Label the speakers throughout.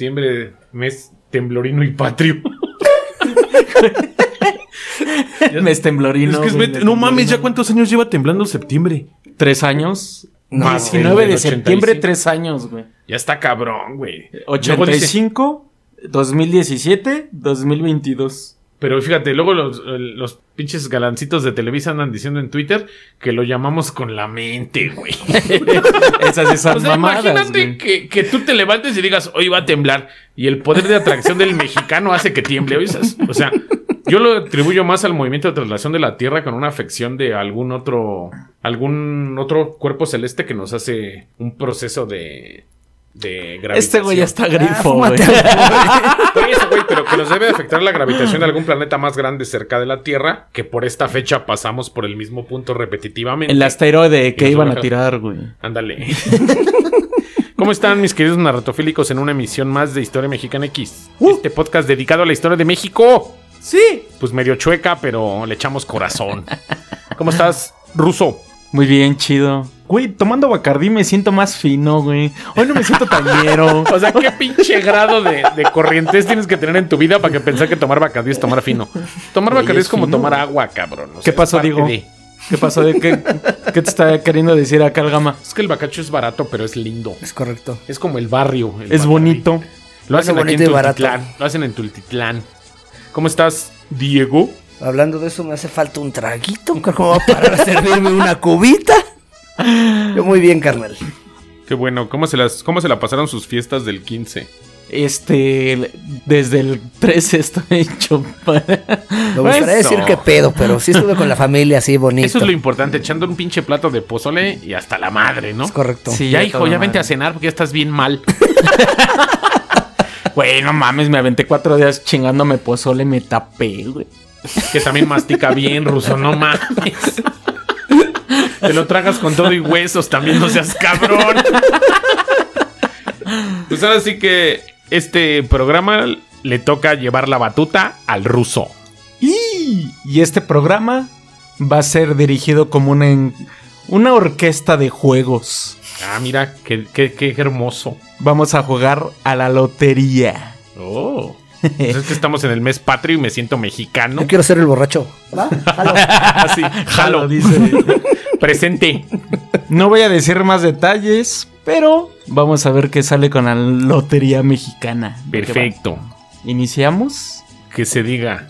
Speaker 1: Septiembre, mes temblorino y patrio.
Speaker 2: Mes temblorino.
Speaker 1: es que es
Speaker 2: güey,
Speaker 1: met-
Speaker 2: mes
Speaker 1: no mames, ¿ya
Speaker 2: temblorino.
Speaker 1: cuántos años lleva temblando septiembre?
Speaker 2: ¿Tres años?
Speaker 1: No,
Speaker 2: 19
Speaker 1: güey,
Speaker 2: de
Speaker 1: el
Speaker 2: septiembre,
Speaker 1: 85.
Speaker 2: tres años, güey.
Speaker 1: Ya está cabrón, güey. Luego dice-
Speaker 2: 85, 2017, 2022.
Speaker 1: Pero fíjate, luego los, los pinches galancitos de Televisa andan diciendo en Twitter que lo llamamos con la mente, güey.
Speaker 2: Esas sí son
Speaker 1: O sea,
Speaker 2: mamadas,
Speaker 1: imagínate
Speaker 2: güey.
Speaker 1: que, que tú te levantes y digas, hoy va a temblar. Y el poder de atracción del mexicano hace que tiemble. ¿oísas? O sea, yo lo atribuyo más al movimiento de traslación de la Tierra con una afección de algún otro, algún otro cuerpo celeste que nos hace un proceso de, de gravitación.
Speaker 2: Este güey ya está grifo, güey.
Speaker 1: Por eso, güey, pero que nos debe de afectar la gravitación de algún planeta más grande cerca de la Tierra, que por esta fecha pasamos por el mismo punto repetitivamente.
Speaker 2: El asteroide
Speaker 1: Y
Speaker 2: que
Speaker 1: nos
Speaker 2: iban a
Speaker 1: baja.
Speaker 2: tirar, güey.
Speaker 1: Ándale. ¿Cómo están mis queridos narratofílicos en una emisión más de Historia Mexicana X?
Speaker 2: Uh.
Speaker 1: Este podcast dedicado a la historia de México.
Speaker 2: Sí.
Speaker 1: Pues medio chueca, pero le echamos corazón. ¿Cómo estás, ruso?
Speaker 2: Muy bien, chido. Güey, tomando Bacardí me siento más fino, güey. Hoy no me siento tañero.
Speaker 1: O sea, ¿qué pinche grado de, de corrientes tienes que tener en tu vida para que pensar que tomar bacardí es tomar fino? Tomar
Speaker 2: Güey,
Speaker 1: bacardí
Speaker 2: es
Speaker 1: es como
Speaker 2: fino,
Speaker 1: tomar
Speaker 2: güey.
Speaker 1: agua, cabrón. O sea,
Speaker 2: ¿Qué
Speaker 1: es
Speaker 2: pasó,
Speaker 1: parte
Speaker 2: Diego?
Speaker 1: de-
Speaker 2: ¿Qué pasó? ¿De qué, ¿Qué te está queriendo decir acá el gama?
Speaker 1: Es que el bacacho es barato, pero es lindo.
Speaker 3: Es correcto.
Speaker 1: Es como el barrio. el
Speaker 2: Es
Speaker 1: Bacardí.
Speaker 2: bonito.
Speaker 1: Lo hacen
Speaker 3: Bueno,
Speaker 1: aquí en
Speaker 3: bonito y barato.
Speaker 1: Tultitlán. Lo hacen en Tultitlán. ¿Cómo estás, Diego?
Speaker 3: Hablando de eso, me hace falta un traguito. ¿Cómo va a parar a servirme una cubita? Yo muy bien, carnal.
Speaker 1: Qué bueno, ¿cómo se, las, ¿cómo se la pasaron sus fiestas del 15?
Speaker 2: Este, el- desde el 13 estoy hecho para... Pues,
Speaker 3: Me gustaría
Speaker 1: Eso.
Speaker 3: decir que pedo, pero sí estuve con la familia así bonito.
Speaker 1: Eso es lo importante, echando un pinche plato de pozole y hasta la madre, ¿no?
Speaker 3: Es correcto.
Speaker 2: Sí,
Speaker 1: ya,
Speaker 2: a
Speaker 1: hijo,
Speaker 2: toda
Speaker 1: ya vente
Speaker 2: madre.
Speaker 1: a cenar porque ya estás bien mal.
Speaker 2: Güey, no mames, me aventé cuatro días chingándome pozole, me tapé, güey.
Speaker 1: que también mastica bien, ruso, no mames. Te lo tragas con todo y huesos, también no seas cabrón. Pues ahora sí que este programa le toca llevar la batuta al ruso.
Speaker 2: Y, y este programa va a ser dirigido como una, en- una orquesta de juegos.
Speaker 1: Ah, mira, qué, qué, qué hermoso.
Speaker 2: Vamos a jugar a la lotería.
Speaker 1: Oh. Pues es que estamos en el mes patrio y me siento mexicano.
Speaker 3: Yo quiero ser el borracho. ¿Va? Jalo.
Speaker 1: Así, jalo.
Speaker 2: dice.
Speaker 1: Presente.
Speaker 2: No voy a decir más detalles, pero vamos a ver qué sale con la lotería mexicana.
Speaker 1: Perfecto.
Speaker 2: ¿Iniciamos?
Speaker 1: Que se diga.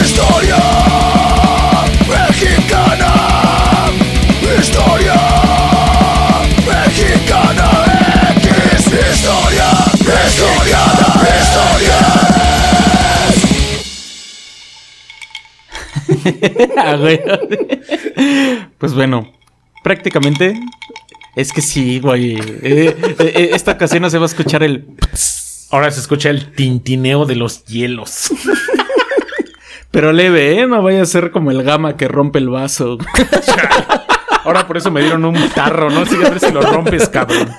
Speaker 4: Historia mexicana. Historia mexicana. X. Historia mexicana. Historia.
Speaker 2: Ah, güey. pues bueno, prácticamente es que sí, güey. Eh, eh, eh, esta ocasión no se va a escuchar el...
Speaker 1: Ahora se escucha el tintineo de los hielos.
Speaker 2: Pero leve, ¿eh? No vaya a ser como el gama que rompe el vaso.
Speaker 1: Ahora por eso me dieron un tarro, ¿no? Así que a ver si lo rompes, cabrón.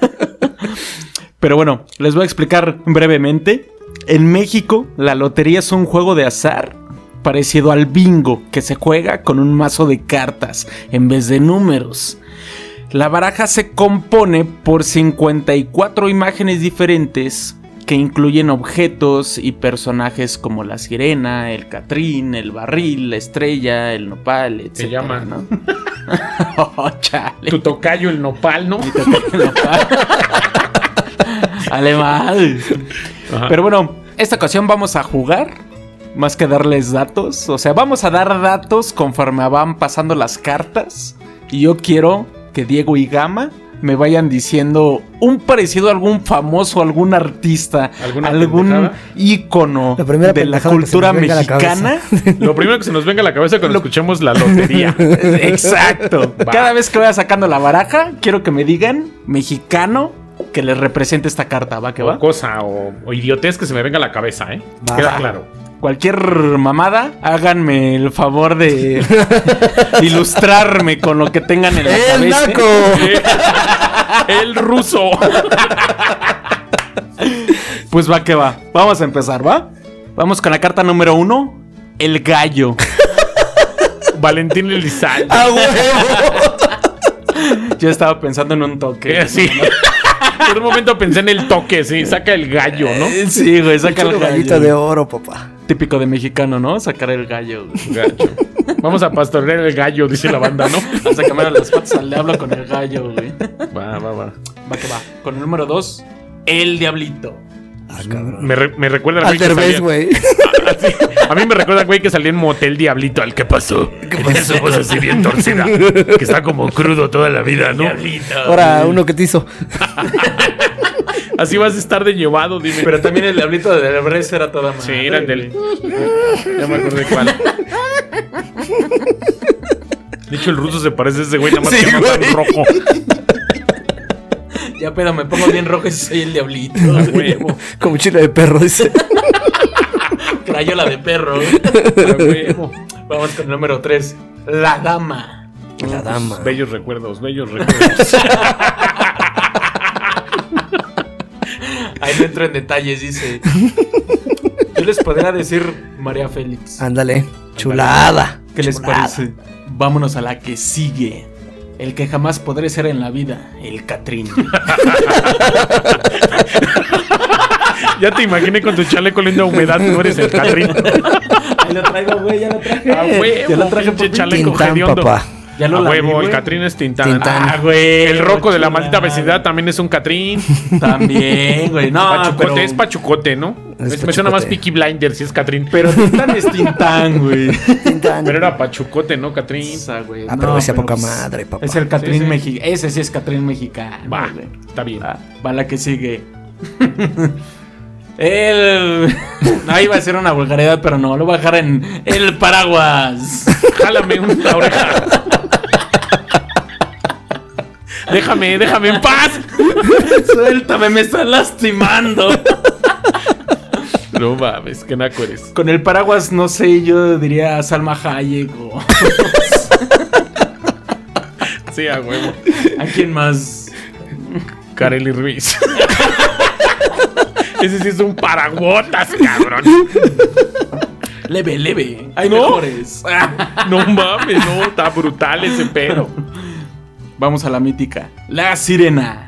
Speaker 2: Pero bueno, les voy a explicar brevemente. En México, la lotería es un juego de azar parecido al bingo, que se juega con un mazo de cartas en vez de números. La baraja se compone por 54 imágenes diferentes que incluyen objetos y personajes como la sirena, el catrín, el barril, la estrella, el nopal, etc.
Speaker 1: llama.
Speaker 2: ¿no? Oh, chale.
Speaker 1: Tu tocayo, el nopal, ¿no?
Speaker 2: Alemán.
Speaker 1: Ajá.
Speaker 2: Pero bueno, esta ocasión vamos a jugar. Más que darles datos. O sea, vamos a dar datos conforme van pasando las cartas. Y yo quiero que Diego y Gama me vayan diciendo un parecido a algún famoso, algún artista,
Speaker 1: ¿Alguna
Speaker 2: algún
Speaker 1: pendejada?
Speaker 2: ícono
Speaker 3: La primera
Speaker 2: de la
Speaker 3: pendejada que se
Speaker 2: cultura
Speaker 3: me venga a la
Speaker 2: mexicana.
Speaker 1: Lo primero que se nos venga a la cabeza cuando escuchemos la lotería.
Speaker 2: Exacto.
Speaker 1: Va.
Speaker 2: Cada vez que vaya sacando la baraja, quiero que me digan mexicano que les represente esta carta, ¿va que va?
Speaker 1: O cosa o, o idiotez que se me venga a la cabeza, ¿eh?
Speaker 3: Va.
Speaker 1: Queda claro.
Speaker 2: cualquier mamada, háganme el favor de ilustrarme con lo que tengan en la
Speaker 3: ¡El
Speaker 2: cabeza.
Speaker 3: naco!
Speaker 1: El ruso.
Speaker 2: Pues va que va. Vamos a empezar, ¿va? Vamos con la carta número uno. El gallo.
Speaker 1: Valentín Elizalde.
Speaker 3: ¡A huevo!
Speaker 2: Yo estaba pensando en un toque.
Speaker 1: Sí. Por un momento pensé en el toque, sí. Saca el gallo, ¿no?
Speaker 2: Sí, güey, saca el
Speaker 3: Puro
Speaker 2: gallo.
Speaker 3: gallito de oro, papá.
Speaker 2: Típico de mexicano, ¿no? Sacar el gallo. güey.
Speaker 1: Gacho. Vamos a pastorear el gallo, dice la banda, ¿no?
Speaker 2: Hasta que me abran las patas al diablo con el gallo, güey.
Speaker 1: Va, va, va.
Speaker 2: Va que va. Con el número dos, el diablito.
Speaker 3: Ah, cabrón.
Speaker 1: Me, re- me recuerda al
Speaker 3: Al
Speaker 1: güey que
Speaker 3: derbez,
Speaker 1: salía-
Speaker 3: güey.
Speaker 1: Ah, sí. A mí me recuerda, güey, que salí en Motel Diablito al que pasó. Que tiene su voz así bien torcida. Que está como crudo toda la vida, ¿no?
Speaker 3: Ahora, uno que te hizo.
Speaker 1: Así vas a estar de llevado, dime.
Speaker 2: Pero también el diablito de Derbez era toda madre.
Speaker 1: Sí, era el del.
Speaker 2: güey.
Speaker 1: Ya me acordé cuál. De hecho, el ruso se parece a ese güey, nada más
Speaker 3: Sí,
Speaker 1: que no tan
Speaker 3: güey.
Speaker 1: rojo.
Speaker 2: Ya pedo, me pongo bien rojo y soy el diablito.
Speaker 1: Ah,
Speaker 2: güey.
Speaker 1: huevo.
Speaker 3: Como chile de perro, dice.
Speaker 2: Crayola de perro. güey.
Speaker 1: Ah, huevo.
Speaker 2: Vamos con el número tres, la dama.
Speaker 3: La dama.
Speaker 1: Bellos recuerdos, bellos recuerdos.
Speaker 2: Ahí no entro en detalles, dice. Yo les podría decir María Félix.
Speaker 3: Ándale. Chulada.
Speaker 2: ¿Qué les
Speaker 3: Chulada.
Speaker 2: parece? Vámonos a la que sigue. El que jamás podré ser en la vida, el Catrín.
Speaker 1: Ya te imaginé con tu chaleco lindo a humedad, no eres el Catrín.
Speaker 2: Ahí lo traigo, güey, ya lo traje.
Speaker 1: A huevo,
Speaker 2: ya lo traje
Speaker 1: pinche
Speaker 2: por
Speaker 1: chale- Chaleco
Speaker 3: Tintán,
Speaker 1: hediondo.
Speaker 3: papá.
Speaker 2: Ya lo
Speaker 1: a
Speaker 2: lavé,
Speaker 1: huevo, el
Speaker 2: güey.
Speaker 1: Catrín es Tintán.
Speaker 3: Tintán.
Speaker 1: Ah, güey. El roco de la
Speaker 2: chulada.
Speaker 1: maldita vecindad también es un Catrín.
Speaker 2: También, güey. No,
Speaker 1: Pachucote,
Speaker 2: pero,
Speaker 1: es Pachucote, ¿no?
Speaker 3: Es
Speaker 1: Me suena más
Speaker 3: Pachucote.
Speaker 1: Peaky Blinder si es Catrín. Pero,
Speaker 2: pero Tintán es Tintán, güey.
Speaker 3: Tintán.
Speaker 1: era Pachucote, ¿no, Catrín?
Speaker 2: Esa, güey.
Speaker 3: Ah, pero ese
Speaker 2: pero,
Speaker 3: poca
Speaker 2: pues,
Speaker 3: madre, papá.
Speaker 2: Es el Catrín
Speaker 1: Sí, sí.
Speaker 2: mexicano. Ese sí es Catrín mexicano.
Speaker 1: Va,
Speaker 2: güey.
Speaker 1: está bien.
Speaker 2: Va, va la que sigue. el. No, iba a ser una vulgaridad, pero no. Lo voy a dejar en el paraguas.
Speaker 1: Jálame una oreja. déjame, déjame en paz.
Speaker 2: Suéltame, me estás lastimando.
Speaker 1: No mames, qué naco eres.
Speaker 2: Con el paraguas, no sé, yo diría Salma Hayek o.
Speaker 1: Sí, a huevo.
Speaker 2: ¿A quién más?
Speaker 1: Kareli Ruiz. Ese sí es un paraguotas, cabrón.
Speaker 2: Leve, leve. Hay
Speaker 1: ¿No?
Speaker 2: mejores.
Speaker 3: Ah.
Speaker 1: No mames, no, está brutal ese pedo.
Speaker 2: Vamos a la mítica. La sirena.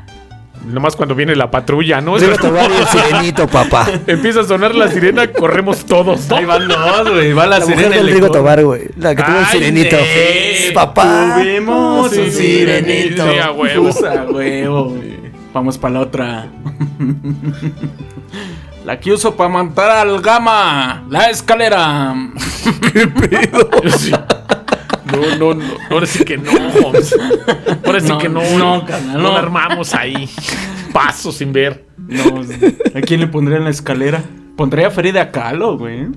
Speaker 1: Nomás cuando viene la patrulla, ¿no?
Speaker 3: Debe tomar el sirenito, papá.
Speaker 1: Empieza a sonar la sirena, corremos todos, ¿no?
Speaker 2: Ahí van los, güey. Va la,
Speaker 3: La mujer
Speaker 2: sirena. y
Speaker 3: del
Speaker 2: le
Speaker 3: Rigo
Speaker 2: corre.
Speaker 3: Tobar, güey. La que tuvo el
Speaker 1: Ay,
Speaker 3: sirenito.
Speaker 1: sí.
Speaker 3: Papá.
Speaker 2: Tuvimos
Speaker 1: Sí,
Speaker 2: un
Speaker 1: sí,
Speaker 2: sirenito.
Speaker 1: sí, a huevo.
Speaker 2: Pues, a huevo. Vamos para la otra. La que uso para montar al gama. La escalera.
Speaker 1: Sí. No, no, no. Ahora sí que no, Holmes. Ahora sí
Speaker 2: No,
Speaker 1: que no.
Speaker 2: no, carnal,
Speaker 1: No
Speaker 2: no.
Speaker 1: la armamos ahí. Paso sin ver.
Speaker 2: No, ¿A quién le pondría en la escalera? Pondría a Frida Kahlo, güey.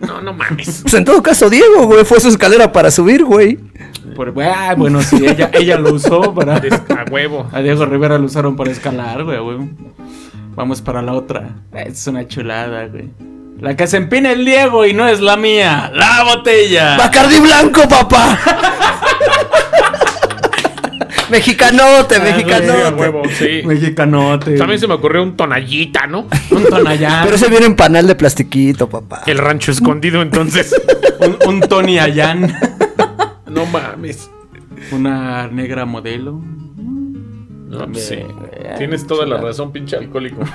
Speaker 1: No, no mames.
Speaker 3: Pues en todo caso, Diego, güey, fue su escalera para subir, güey.
Speaker 2: Por- ah, bueno, sí, ella, ella lo usó para.
Speaker 1: Des- A huevo.
Speaker 2: A Diego Rivera lo usaron para escalar, güey, güey. Vamos para la otra. Es una chulada, güey. La que se empina el Diego y no es la mía. La botella.
Speaker 3: Bacardi Blanco, papá. mexicanote,
Speaker 1: Sí, a
Speaker 3: mexicanote.
Speaker 1: huevo, sí.
Speaker 2: Mexicanote.
Speaker 1: También se me ocurrió un tonallita, ¿no?
Speaker 2: Un tonayán.
Speaker 3: Pero ese viene en panal de plastiquito, papá.
Speaker 1: El rancho escondido, entonces.
Speaker 2: Un, un Tony Ayán.
Speaker 1: No mames.
Speaker 2: Una negra modelo.
Speaker 1: No, pues sí. Tienes toda la razón, pinche alcohólico.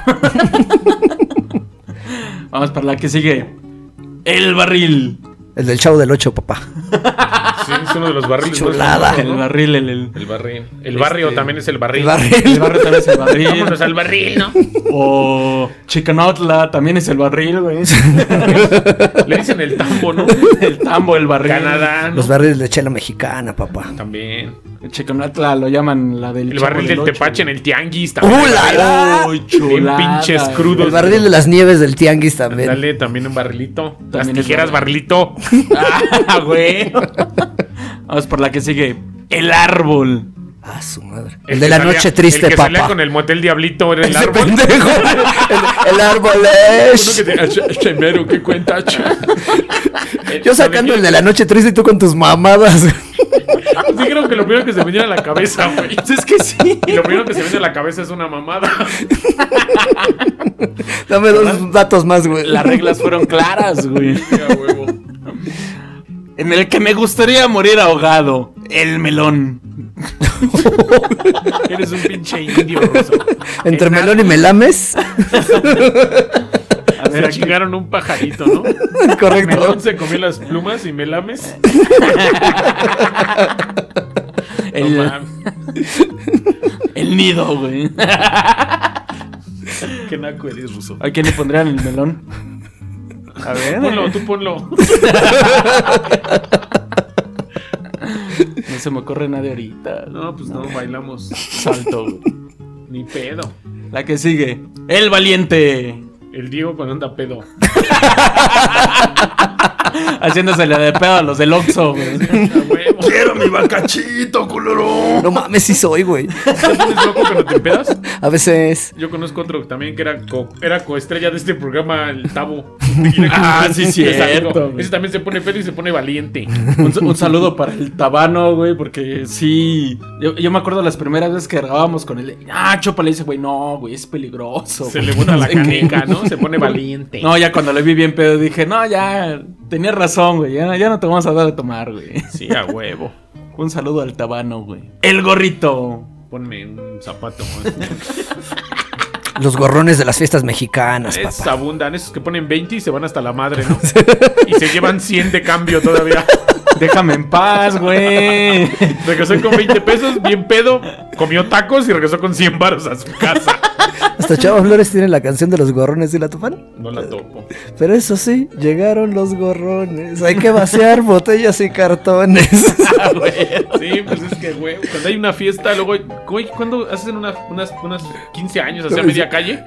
Speaker 2: Vamos para la que sigue. El barril.
Speaker 3: El del chavo del 8, papá.
Speaker 1: Sí, es uno de los barriles.
Speaker 3: Chulada.
Speaker 1: más famosos,
Speaker 2: El
Speaker 1: ¿no?
Speaker 2: barril, el. el-
Speaker 1: El barril. El barrio
Speaker 2: Este-
Speaker 1: también es el barril.
Speaker 3: El
Speaker 2: el
Speaker 3: barril.
Speaker 2: barrio también es el barril.
Speaker 1: Vámonos al barril, ¿no?
Speaker 2: O Chicanotla también es el barril, güey.
Speaker 1: Le dicen el tambo, ¿no?
Speaker 2: El tambo, el barril.
Speaker 1: Canadá. ¿no?
Speaker 3: Los barriles de chela mexicana, papá.
Speaker 1: También.
Speaker 2: Chicanotla lo llaman la del
Speaker 1: El
Speaker 2: Chavo
Speaker 1: barril del
Speaker 2: Ocho.
Speaker 1: tepache en el tianguis también.
Speaker 3: ¡Uh, la, la!
Speaker 2: Uy,
Speaker 1: Bien
Speaker 2: chulada.
Speaker 1: pinches
Speaker 2: güey.
Speaker 1: crudos.
Speaker 3: El barril de las nieves del tianguis también.
Speaker 1: Dale también un barrilito. Las
Speaker 2: También es
Speaker 1: tijeras
Speaker 2: barril.
Speaker 1: barrilito.
Speaker 2: Ah, güey. Vamos por la que sigue. El árbol.
Speaker 3: Ah, su madre.
Speaker 1: El
Speaker 3: El de
Speaker 1: que
Speaker 3: la
Speaker 1: salía-
Speaker 3: noche triste,
Speaker 1: el que salía
Speaker 3: papá.
Speaker 1: con el motel diablito era el
Speaker 3: Ese
Speaker 1: árbol.
Speaker 3: pendejo. El, el árbol
Speaker 1: Uno
Speaker 3: es.
Speaker 1: que tenía, "Ch- chemero, ¿qué cuenta? ch-?"
Speaker 3: Yo sacando el de la noche triste y tú con tus mamadas.
Speaker 1: Dijeron que lo primero que se me viene a la cabeza, güey. Es que sí. Y lo primero que se me viene a la cabeza es una mamada.
Speaker 3: Dame dos datos más, güey.
Speaker 2: Las reglas fueron claras, güey.
Speaker 1: Mira, huevo.
Speaker 2: En el que me gustaría morir ahogado. El melón.
Speaker 1: Eres un pinche indio, Rosa.
Speaker 3: Entre melón y melames.
Speaker 2: A ver,
Speaker 1: Se
Speaker 2: aquí.
Speaker 1: chingaron un pajarito, ¿no?
Speaker 3: Correcto.
Speaker 1: Melón se comió las plumas y me lames.
Speaker 2: El,
Speaker 1: No mames,
Speaker 2: el nido, güey.
Speaker 1: Qué naco eres, ruso.
Speaker 2: ¿A quién le pondrían el melón? A ver.
Speaker 1: Ponlo, tú ponlo.
Speaker 2: No se me ocurre nadie ahorita.
Speaker 1: No, pues no, bailamos.
Speaker 2: Salto, güey.
Speaker 1: Ni pedo.
Speaker 2: La que sigue. El valiente.
Speaker 1: El Diego cuando anda pedo.
Speaker 2: Haciéndose la de pedo a los del Oxxo, güey.
Speaker 1: A huevo.
Speaker 4: Quiero mi bacachito, culero.
Speaker 3: No mames, sí soy, güey.
Speaker 1: ¿Te pones loco cuando te empedas?
Speaker 3: A veces.
Speaker 1: Yo conozco otro también que era, co- era coestrella de este programa, el Tabo.
Speaker 2: Ah, sí, cierto,
Speaker 1: Exacto.
Speaker 2: güey.
Speaker 1: Ese también se pone pedo y se pone valiente.
Speaker 2: Un, un saludo para el Tabano, güey, porque sí. Yo, yo me acuerdo las primeras veces que grabábamos con él. Ah, Chopa le dice, güey, no, güey, es peligroso.
Speaker 1: Se
Speaker 2: güey".
Speaker 1: le bota la
Speaker 2: sé qué.
Speaker 1: caneca, ¿no? Se pone valiente.
Speaker 2: No, ya cuando le vi bien pedo dije, no, ya, tenías razón, güey. Ya, ya no te vamos a dar de tomar, güey.
Speaker 1: Sí, a huevo.
Speaker 2: Un saludo al Tabano, güey. El gorrito.
Speaker 1: Ponme un zapato.
Speaker 3: Los gorrones de las fiestas mexicanas,
Speaker 1: Esos
Speaker 3: papá.
Speaker 1: abundan, esos que ponen 20 y se van hasta la madre, ¿no? Y se llevan 100 de cambio todavía.
Speaker 2: Déjame en paz, güey.
Speaker 1: Regresó con 20 pesos, bien pedo, comió tacos y regresó con 100 baros a su casa.
Speaker 3: Hasta Chava Flores tiene la canción de los gorrones y la topan.
Speaker 1: No la topo.
Speaker 3: Pero eso sí, llegaron los gorrones. Hay que vaciar botellas y cartones.
Speaker 1: Sí, pues es que, güey, cuando hay una fiesta, luego, güey, cuando hacen una- unas, unas 15 años, hacia media calle,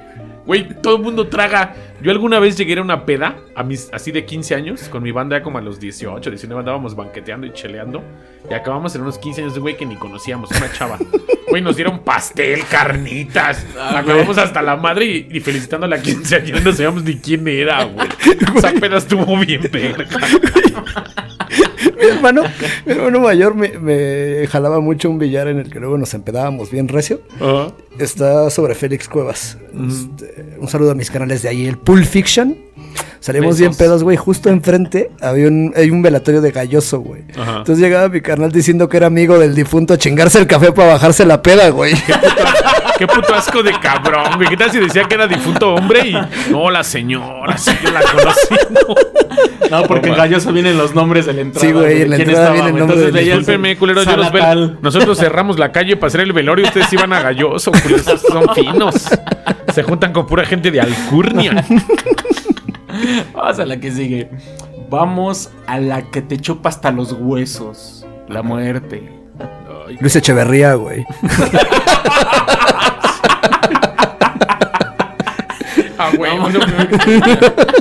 Speaker 1: güey, todo el mundo traga. Yo alguna vez llegué a una peda, a mis, así de 15 años, con mi banda como a los 18, 19, andábamos banqueteando y cheleando. Y acabamos en unos 15 años de güey que ni conocíamos, una chava. Güey, nos dieron pastel, carnitas. acabamos hasta la madre y, y felicitando a la quinceañera, no sabíamos ni quién era, güey. Esa peda estuvo bien verga.
Speaker 3: mi hermano, mi hermano mayor me, me jalaba mucho un billar en el que luego nos empedábamos bien recio.
Speaker 1: Ajá.
Speaker 3: Está sobre Félix Cuevas. Este, un saludo a mis canales de ahí, el Pulp Fiction. Salimos bien
Speaker 1: Besos.
Speaker 3: pedos, güey. Justo enfrente había un, hay un velatorio de galloso, güey.
Speaker 1: Ajá.
Speaker 3: Entonces llegaba mi carnal diciendo que era amigo del difunto a chingarse el café para bajarse la peda, güey.
Speaker 1: Qué puto asco de cabrón, güey. ¿Qué tal si decía que era difunto hombre y no la señora, sí yo la conocí? No.
Speaker 2: No, porque en Galloso vienen los nombres de la entrada.
Speaker 3: Sí, güey, en la
Speaker 2: ¿Quién estaba,
Speaker 3: entrada viene el
Speaker 2: güey?
Speaker 3: nombre
Speaker 2: Entonces
Speaker 3: del-
Speaker 2: veías-
Speaker 1: Discúlpenme, culeros, yo los veo-
Speaker 2: Salatal.
Speaker 1: Nosotros cerramos la calle para hacer el velorio y ustedes iban a galloso, culeros. Estos son finos. Se juntan con pura gente de alcurnia.
Speaker 2: Vamos a la que sigue. Vamos a la que te chupa hasta los huesos. La muerte.
Speaker 3: Luis Echeverría, güey.
Speaker 1: Ah, güey. bueno,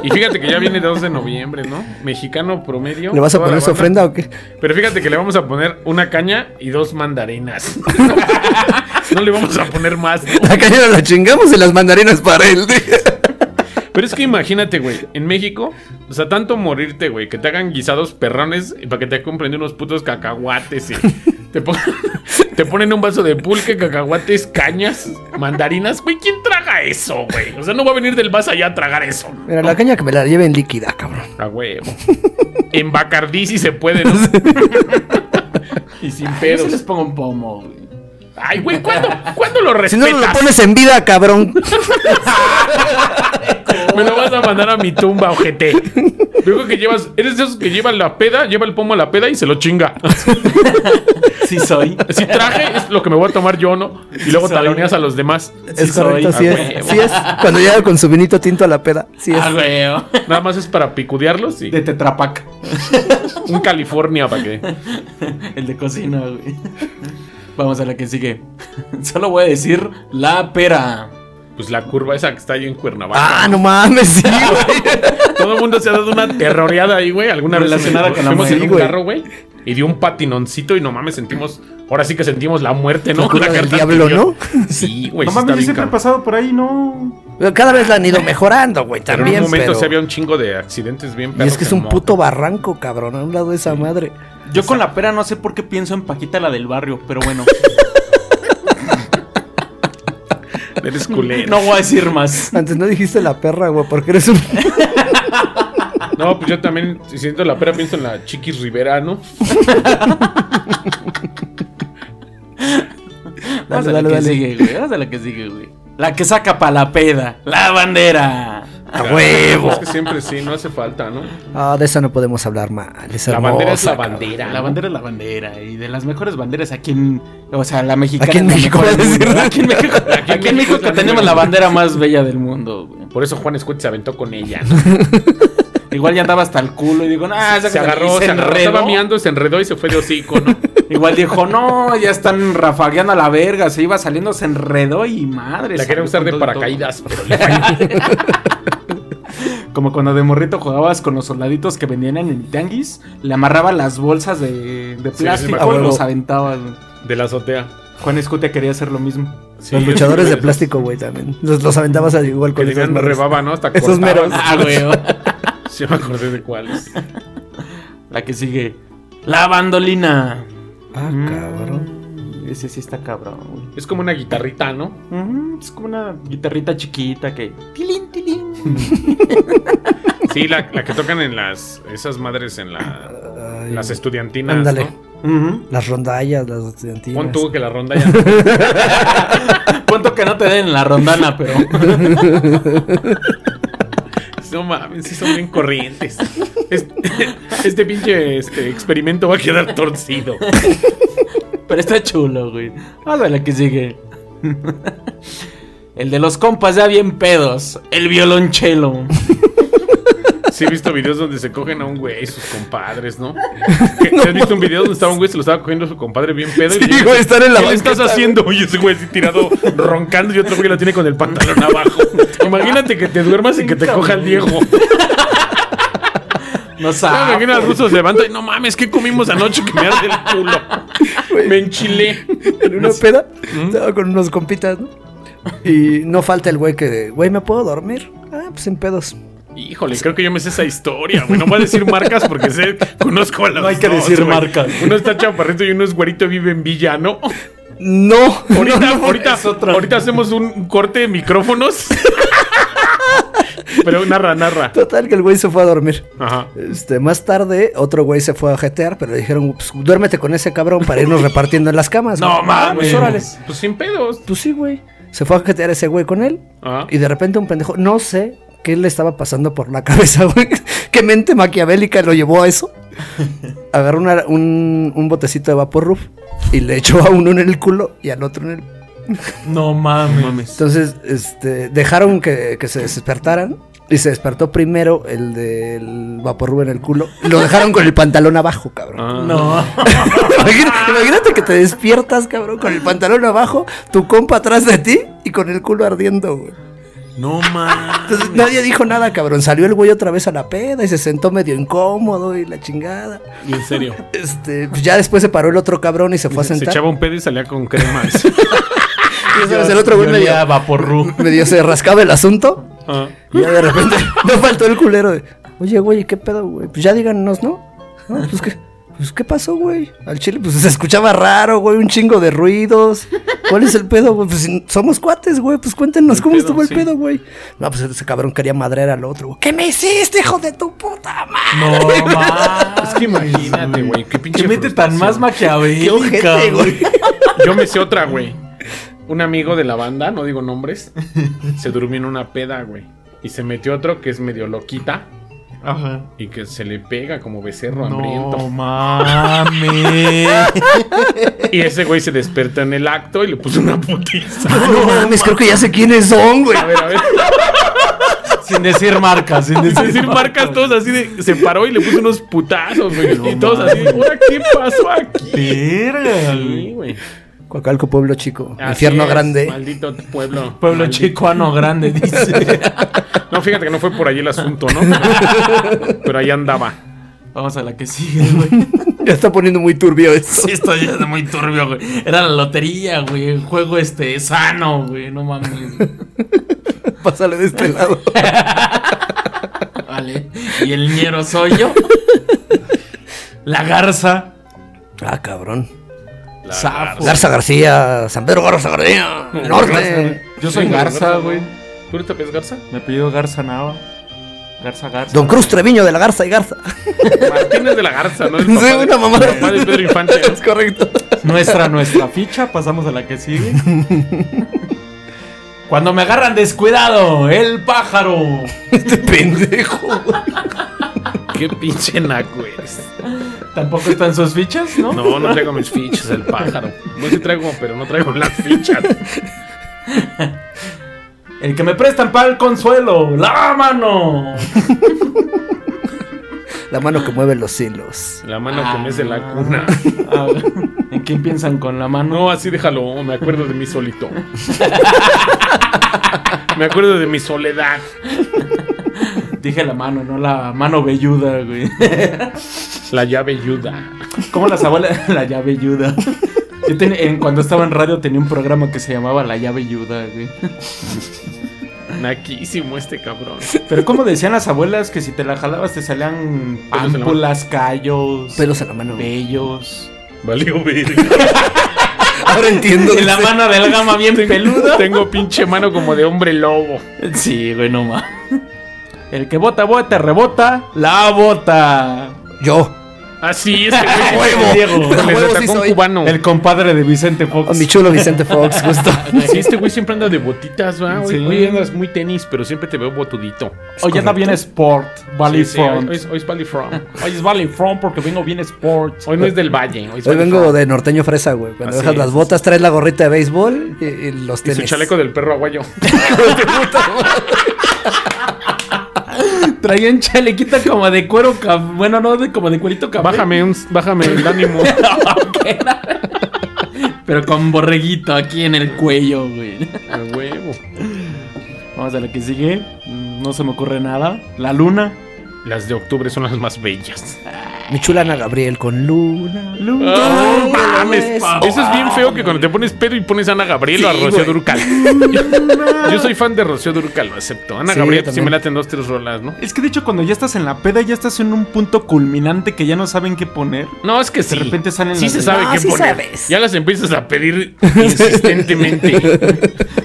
Speaker 1: Y fíjate que ya viene 2 de noviembre, ¿no? Mexicano promedio.
Speaker 3: ¿Le vas a
Speaker 1: toda
Speaker 3: poner
Speaker 1: la
Speaker 3: su
Speaker 1: banda.
Speaker 3: ofrenda o qué?
Speaker 1: Pero fíjate que le vamos a poner una caña y dos mandarinas. No le vamos a poner más, ¿no?
Speaker 3: La caña la chingamos y las mandarinas para él. güey.
Speaker 1: Pero es que imagínate, güey, en México, o sea, tanto morirte, güey, que te hagan guisados perrones y para que te compren de unos putos cacahuates y te, pon- te ponen un vaso de pulque, cacahuates, cañas, mandarinas. Güey, ¿quién traga eso, güey? O sea, no va a venir del vas allá a tragar eso.
Speaker 3: Mira, la caña que me la lleven líquida, cabrón.
Speaker 1: A huevo. En Bacardí si se puede, ¿no? y sin
Speaker 2: Yo se les
Speaker 1: pedos.
Speaker 2: pongo un pomo, güey.
Speaker 1: Ay, güey, ¿cuándo, ¿cuándo lo
Speaker 3: Si
Speaker 1: respetas?
Speaker 3: no, no lo pones en vida, cabrón.
Speaker 1: Me lo vas a mandar a mi tumba, ojete. Yo creo que llevas. Eres de esos que llevan la peda, lleva el pomo a la peda y se lo chinga.
Speaker 2: Sí soy.
Speaker 1: Si traje, es lo que me voy a tomar yo, ¿no? Y luego
Speaker 2: Sí,
Speaker 1: taloneas
Speaker 2: soy.
Speaker 1: a los demás.
Speaker 3: Es
Speaker 2: soy,
Speaker 3: correcto, sí
Speaker 2: a
Speaker 3: es.
Speaker 2: huevo.
Speaker 3: Sí es. Cuando llega con su vinito tinto a la peda. Sí es.
Speaker 2: Ah, güey.
Speaker 1: Nada más es para picudearlos y
Speaker 2: De Tetrapac.
Speaker 1: un California para que.
Speaker 2: El de cocina, güey. Vamos a la que sigue. Solo voy a decir la pera.
Speaker 1: Pues la curva esa que está ahí en Cuernavaca.
Speaker 3: Ah, no mames, sí, güey.
Speaker 1: Todo el mundo se ha dado una terroreada ahí, güey. Alguna vez
Speaker 2: Relacionada
Speaker 1: nos-
Speaker 2: con la
Speaker 1: fuimos en
Speaker 3: mujer,
Speaker 1: un
Speaker 3: güey.
Speaker 1: carro, güey. y dio un patinoncito y no mames, sentimos. Ahora sí que sentimos la muerte, ¿no?
Speaker 3: La cura
Speaker 1: La
Speaker 3: del
Speaker 1: carta
Speaker 3: diablo,
Speaker 1: anterior. Sí, güey.
Speaker 2: No
Speaker 1: sí está
Speaker 2: mames, yo
Speaker 1: bien
Speaker 2: siempre he
Speaker 1: cabrón.
Speaker 2: pasado por ahí, no.
Speaker 3: Pero Cada vez la han ido mejorando, güey,
Speaker 1: Pero en
Speaker 3: también.
Speaker 1: un momento
Speaker 3: pero-
Speaker 1: sí había un chingo de accidentes bien
Speaker 3: Y es que es
Speaker 1: en
Speaker 3: un
Speaker 1: moto.
Speaker 3: puto barranco, cabrón, a un lado de esa madre.
Speaker 2: Yo con la pera no sé por qué pienso en Paquita la del barrio, pero bueno.
Speaker 1: Eres culero.
Speaker 2: no voy a decir más.
Speaker 3: Antes no dijiste la perra, güey, porque eres un...
Speaker 1: No, pues yo también, si siento la pera, pienso en la Chiquis Rivera, ¿no?
Speaker 2: Vamos
Speaker 3: Dale,
Speaker 2: a la
Speaker 3: dale,
Speaker 2: que
Speaker 3: dale.
Speaker 2: sigue, güey. Vamos a la que sigue, güey. La que saca pa' la peda. La bandera.
Speaker 3: ¡A huevo!
Speaker 1: Es que siempre sí, no hace falta, ¿no?
Speaker 3: Ah, de esa no podemos hablar mal. es
Speaker 1: La bandera es la
Speaker 3: hermosa, cabrón.
Speaker 1: bandera.
Speaker 2: La bandera es la bandera. Y de las mejores banderas aquí en. O sea, la mexicana.
Speaker 3: Aquí en
Speaker 2: es la
Speaker 3: México,
Speaker 2: mejor
Speaker 3: vas a
Speaker 2: del mundo.
Speaker 3: decir.
Speaker 2: Aquí en México,
Speaker 1: Aquí en
Speaker 2: aquí
Speaker 1: México
Speaker 2: en México
Speaker 1: es la
Speaker 2: que tenemos
Speaker 1: número
Speaker 2: la
Speaker 1: uno.
Speaker 2: bandera más bella del mundo, güey.
Speaker 1: Por eso Juan Escuet se aventó con ella, ¿no?
Speaker 2: Igual ya andaba hasta el culo y digo, ah,
Speaker 1: Se agarró, se, agarró, estaba miando, se enredó y se fue de hocico, ¿no?
Speaker 2: Igual dijo, no, ya están rafagueando a la verga. Se iba saliendo, se enredó y madre.
Speaker 1: La
Speaker 2: salió
Speaker 1: quería usar
Speaker 2: con
Speaker 1: de
Speaker 2: todo y
Speaker 1: paracaídas, pero le falló.
Speaker 2: todo. Como cuando de morrito jugabas con los soldaditos que vendían en el tianguis, le amarraba las bolsas de, de
Speaker 1: Sí, sí, me
Speaker 2: plástico
Speaker 3: acuerdo.
Speaker 2: y los aventabas. güey.
Speaker 1: de la azotea.
Speaker 2: Juan Escute quería hacer lo mismo.
Speaker 1: Sí,
Speaker 3: Los luchadores de
Speaker 1: que-
Speaker 3: plástico, güey, también. Los, los aventabas al igual
Speaker 1: Que
Speaker 3: con esas
Speaker 1: tenían
Speaker 3: madres.
Speaker 1: rebaba, ¿no? Hasta
Speaker 3: Esos
Speaker 1: cortaban.
Speaker 3: meros.
Speaker 2: Ah, güey.
Speaker 1: Sí, me acordé de cuáles.
Speaker 2: La que sigue. La bandolina.
Speaker 3: Ah, cabrón.
Speaker 2: Mm, Ese sí está cabrón, güey.
Speaker 1: Es como una guitarrita, ¿no?
Speaker 2: Ujú, Es como una guitarrita chiquita que. Tilín, tilín.
Speaker 1: Sí, la, la que tocan en las. Esas madres en la,
Speaker 3: Ay,
Speaker 1: las estudiantinas.
Speaker 3: Ándale.
Speaker 1: ¿no?
Speaker 2: Ujú.
Speaker 3: Las rondallas, las estudiantinas.
Speaker 1: Pon tú que la ronda ya.
Speaker 2: Punto que no te den en la rondana, pero.
Speaker 1: No mames, sí son bien corrientes. Este, este pinche este, experimento va a quedar torcido.
Speaker 2: Pero está chulo, güey. Vamos a la que sigue. El de los compas ya bien pedos. El violonchelo.
Speaker 1: Sí he visto videos donde se cogen a un güey y sus compadres, ¿no? ¿Te ¿Has visto un video donde estaba un güey se lo estaba cogiendo su compadre bien pedo?
Speaker 3: Sí,
Speaker 1: le llega-
Speaker 3: güey, estar en la
Speaker 1: ¿Qué le estás
Speaker 3: banqueta,
Speaker 1: haciendo? Y ese güey así tirado, roncando y otro güey lo tiene con el pantalón abajo. Imagínate que te duermas y que te coja el viejo.
Speaker 2: No
Speaker 1: Ah,
Speaker 2: sabe.
Speaker 1: imagina al ruso se levanta y no mames, ¿qué comimos anoche que me arde el culo? Me enchilé.
Speaker 3: En una peda, estaba con unos compitas, ¿no? Y no falta el güey que, güey, ¿me puedo dormir? Ah, pues en pedos.
Speaker 1: Híjole, creo que yo me sé esa historia, güey. No voy a decir marcas porque sé, conozco a las
Speaker 2: No hay que
Speaker 1: dos,
Speaker 2: decir
Speaker 1: güey.
Speaker 2: marcas.
Speaker 1: Uno está chaparrito y uno es güerito, vive en Villa, ¿no?
Speaker 3: No.
Speaker 1: Ahorita, ahorita,
Speaker 2: es otra.
Speaker 1: ahorita hacemos un un corte de micrófonos. Pero narra, narra.
Speaker 3: Total, que el güey se fue a dormir.
Speaker 1: Ajá.
Speaker 3: Este, más tarde, otro güey se fue a jetear, pero le dijeron, pues, duérmete con ese cabrón para irnos repartiendo en las camas.
Speaker 2: No
Speaker 3: güey.
Speaker 2: mames.
Speaker 3: Pues órale.
Speaker 1: Pues sin pedos. Ah,
Speaker 3: Pues sí, güey. Se fue a jetear ese güey con él.
Speaker 1: Ajá.
Speaker 3: Y de repente un pendejo, no sé qué le estaba pasando por la cabeza, güey. Qué mente maquiavélica lo llevó a eso. Agarró una- un, un botecito de vapor ruf y le echó a uno en el culo y al otro en el.
Speaker 2: No mames.
Speaker 3: Entonces, este, dejaron que, que se despertaran. Y se despertó primero el del vapor rub en el culo. Lo dejaron con el pantalón abajo, cabrón.
Speaker 1: Ah.
Speaker 2: No.
Speaker 3: Imagina- imagínate que te despiertas, cabrón, con el pantalón abajo, tu compa atrás de ti y con el culo ardiendo, güey.
Speaker 2: No mames.
Speaker 3: Entonces
Speaker 1: Ah,
Speaker 3: nadie dijo nada, cabrón. Salió el güey otra vez a la peda y se sentó medio incómodo y la chingada.
Speaker 1: En serio.
Speaker 3: Este, pues ya después se paró el otro cabrón y se fue a
Speaker 1: Se
Speaker 3: sentar.
Speaker 1: echaba un pedo y salía con cremas.
Speaker 3: Y ya sabes, el otro güey medio,
Speaker 2: vaporru.
Speaker 3: medio se rascaba el asunto.
Speaker 1: Ah.
Speaker 3: Y ya de repente no faltó el culero de, oye, güey, ¿qué pedo, güey? Pues ya díganos, ¿no? No, pues qué. Pues, ¿qué pasó, güey? Al chile, pues se escuchaba raro, güey, un chingo de ruidos. ¿Cuál es el pedo, güey? Pues si somos cuates, güey. Pues cuéntenos
Speaker 1: El
Speaker 3: cómo
Speaker 1: pedo,
Speaker 3: estuvo el
Speaker 1: sí.
Speaker 3: pedo, güey. No, pues ese cabrón quería madrear al otro, güey. ¿Qué me hiciste, hijo de tu puta madre?
Speaker 2: No mames.
Speaker 1: Es que imagínate, güey. Qué pinche.
Speaker 2: Qué mente tan más
Speaker 1: frustración.
Speaker 2: maquiavélica,
Speaker 3: Qué ojete,
Speaker 2: güey.
Speaker 3: güey.
Speaker 1: Yo me sé otra, güey. Un amigo de la banda, no digo nombres, se durmió en una peda, güey. Y se metió otro que es medio loquita
Speaker 2: Ajá.
Speaker 1: y que se le pega como becerro
Speaker 2: No
Speaker 1: hambriento.
Speaker 2: mames.
Speaker 1: Y ese güey se despertó en el acto y le puso una putiza.
Speaker 3: Ah, no mames, creo que ya sé quiénes son, güey.
Speaker 1: A ver, a ver.
Speaker 2: Sin decir marcas, sin
Speaker 1: Es
Speaker 2: decir,
Speaker 1: decir, marcas todos así de. Se paró y le puso unos putazos, güey. y todos así de. "Ahora, ¿Qué pasó aquí?
Speaker 2: Verga,
Speaker 1: Sí,
Speaker 2: güey.
Speaker 1: güey.
Speaker 3: Coacalco, pueblo chico,
Speaker 1: Así
Speaker 3: infierno
Speaker 1: es,
Speaker 3: grande.
Speaker 1: Maldito pueblo.
Speaker 2: Pueblo
Speaker 1: Maldito.
Speaker 2: chicoano grande, dice.
Speaker 1: No, fíjate que no fue por ahí el asunto, ¿no? Pero ahí andaba.
Speaker 2: Vamos a la que sigue, güey.
Speaker 3: Ya está poniendo muy turbio esto.
Speaker 5: Sí, esto ya es muy turbio, güey. Era la lotería, güey. El juego este sano, güey. No mames.
Speaker 3: Pásale de este lado.
Speaker 5: Vale. Y el ñero soy yo. La garza.
Speaker 3: Ah, cabrón.
Speaker 1: La
Speaker 5: Zafo.
Speaker 1: garza.
Speaker 3: Pues Garza García, San Pedro Garza García, el norte.
Speaker 2: Yo soy Garza, güey.
Speaker 1: ¿Tú ahorita pides garza?
Speaker 2: Me pido Garza Nava. Garza Garza.
Speaker 3: Don Cruz Treviño de la Garza y Garza.
Speaker 1: Martínez de la garza, ¿no? El
Speaker 3: Sí,
Speaker 1: papá de-
Speaker 3: una mamá.
Speaker 1: el papá de Pedro Infante. ¿no?
Speaker 3: Es correcto.
Speaker 2: Nuestra, nuestra ficha. Pasamos a la que sigue.
Speaker 5: Cuando me agarran descuidado, el pájaro.
Speaker 3: Este pendejo.
Speaker 1: Qué pinche naco es.
Speaker 5: Tampoco están sus fichas, ¿no?
Speaker 1: No, no traigo mis fichas, el pájaro. No sí traigo, pero no traigo las fichas.
Speaker 5: El que me prestan para el consuelo. La mano.
Speaker 3: La mano que mueve los hilos.
Speaker 1: La mano que me es de la
Speaker 5: Ah.
Speaker 1: cuna.
Speaker 5: Ah, ¿En quién piensan con la mano?
Speaker 1: No, así déjalo, me acuerdo de mí solito. Me acuerdo de mi soledad.
Speaker 5: Dije la mano, no la mano velluda, güey.
Speaker 1: La llave ayuda.
Speaker 5: ¿Cómo las abuelas? La llave yuda. Yo ten- en- cuando estaba en radio tenía un programa que se llamaba La llave yuda, güey.
Speaker 1: Naquísimo este cabrón.
Speaker 5: Pero como decían las abuelas que si te la jalabas te salían
Speaker 1: Pelos en la
Speaker 5: ámpulas, callos,
Speaker 3: Pelos en la mano.
Speaker 5: bellos.
Speaker 1: Valió verga.
Speaker 3: Ahora entiendo.
Speaker 5: Y la mano del gama bien peluda.
Speaker 1: Tengo pinche mano como de hombre lobo.
Speaker 5: Sí, güey, no más. El que bota, bota, rebota, la bota.
Speaker 3: Yo.
Speaker 1: Así es, güey.
Speaker 3: Huevo.
Speaker 5: Diego.
Speaker 1: Les
Speaker 3: Huevo sí
Speaker 1: atacó un
Speaker 3: soy.
Speaker 1: cubano.
Speaker 5: El compadre de Vicente Fox.
Speaker 3: A mi chulo Vicente Fox, justo.
Speaker 1: Sí, este güey siempre anda de botitas, ¿va? Hoy,
Speaker 5: Sí.
Speaker 1: hoy andas muy tenis, pero siempre te veo botudito.
Speaker 5: Hoy anda bien sport, Valley
Speaker 1: Sí, sí,
Speaker 5: Front.
Speaker 1: hoy, hoy es- hoy es Valley Front.
Speaker 5: Hoy es Valley Front porque vengo bien sport.
Speaker 1: Hoy no es del Valle. Hoy, es
Speaker 3: Hoy
Speaker 1: Valley
Speaker 3: vengo
Speaker 1: Front.
Speaker 3: de norteño fresa, güey. Cuando
Speaker 1: Así
Speaker 3: dejas
Speaker 1: es.
Speaker 3: las botas, traes la gorrita de béisbol y, y los
Speaker 1: Y
Speaker 3: tenis.
Speaker 1: su chaleco del perro aguayo.
Speaker 5: Traía un chalequito como de cuero, ca- bueno, no, de, como de cuerito café.
Speaker 1: Bájame, un, bájame el ánimo.
Speaker 5: Pero con borreguito aquí en el cuello, güey.
Speaker 1: A huevo.
Speaker 5: Vamos a la que sigue. Mm, No se me ocurre nada. La luna.
Speaker 1: Las de octubre son las más bellas.
Speaker 3: Mi chula Ana Gabriel con luna.
Speaker 1: Ah,
Speaker 3: Luna.
Speaker 1: mames, Eso es bien feo que cuando te pones pedo y pones a Ana Gabriel o a Rocío Durcal. Yo soy fan de Rocío Durcal, lo acepto. Ana
Speaker 3: Sí,
Speaker 1: Gabriel,
Speaker 3: yo
Speaker 1: si
Speaker 3: también.
Speaker 1: me laten dos, tres rolas, ¿no?
Speaker 2: Es que de hecho cuando ya estás en la peda ya estás en un punto culminante que ya no saben qué poner.
Speaker 1: No, es que sí.
Speaker 2: repente salen
Speaker 1: Sí
Speaker 2: las
Speaker 1: se
Speaker 2: de-
Speaker 1: sabe
Speaker 3: No,
Speaker 1: qué
Speaker 3: sí
Speaker 1: poner.
Speaker 3: sabes.
Speaker 1: Ya las empiezas a pedir insistentemente.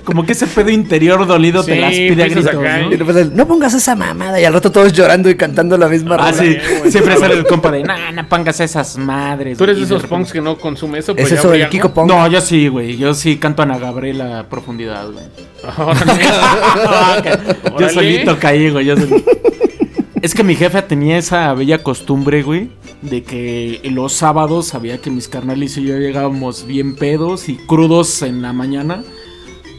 Speaker 2: Como que ese pedo interior dolido
Speaker 1: Sí,
Speaker 2: te las pide a
Speaker 5: pues,
Speaker 1: empiezas
Speaker 2: gritos,
Speaker 1: acá,
Speaker 2: ¿no?
Speaker 3: Y le pasa el, no pongas esa mamada. Y al rato todos llorando y cantando la misma
Speaker 2: Ah,
Speaker 3: rola.
Speaker 2: sí. Siempre sale el compa de, nah, no pongas esas madres.
Speaker 1: Tú eres de
Speaker 2: güey".
Speaker 1: esos punks que no consume eso, pero
Speaker 2: Pues
Speaker 3: Es
Speaker 1: ya
Speaker 3: eso del
Speaker 1: habría,
Speaker 3: Kiko
Speaker 1: ¿no?
Speaker 3: Pong.
Speaker 2: No, yo sí, güey. Yo sí canto a Ana Gabriela a profundidad, güey. Yo
Speaker 1: Órale.
Speaker 2: solito caí, güey. Yo solito. Es que mi jefa tenía esa bella costumbre, güey, de que los sábados sabía que mis carnales y yo llegábamos bien pedos y crudos en la mañana.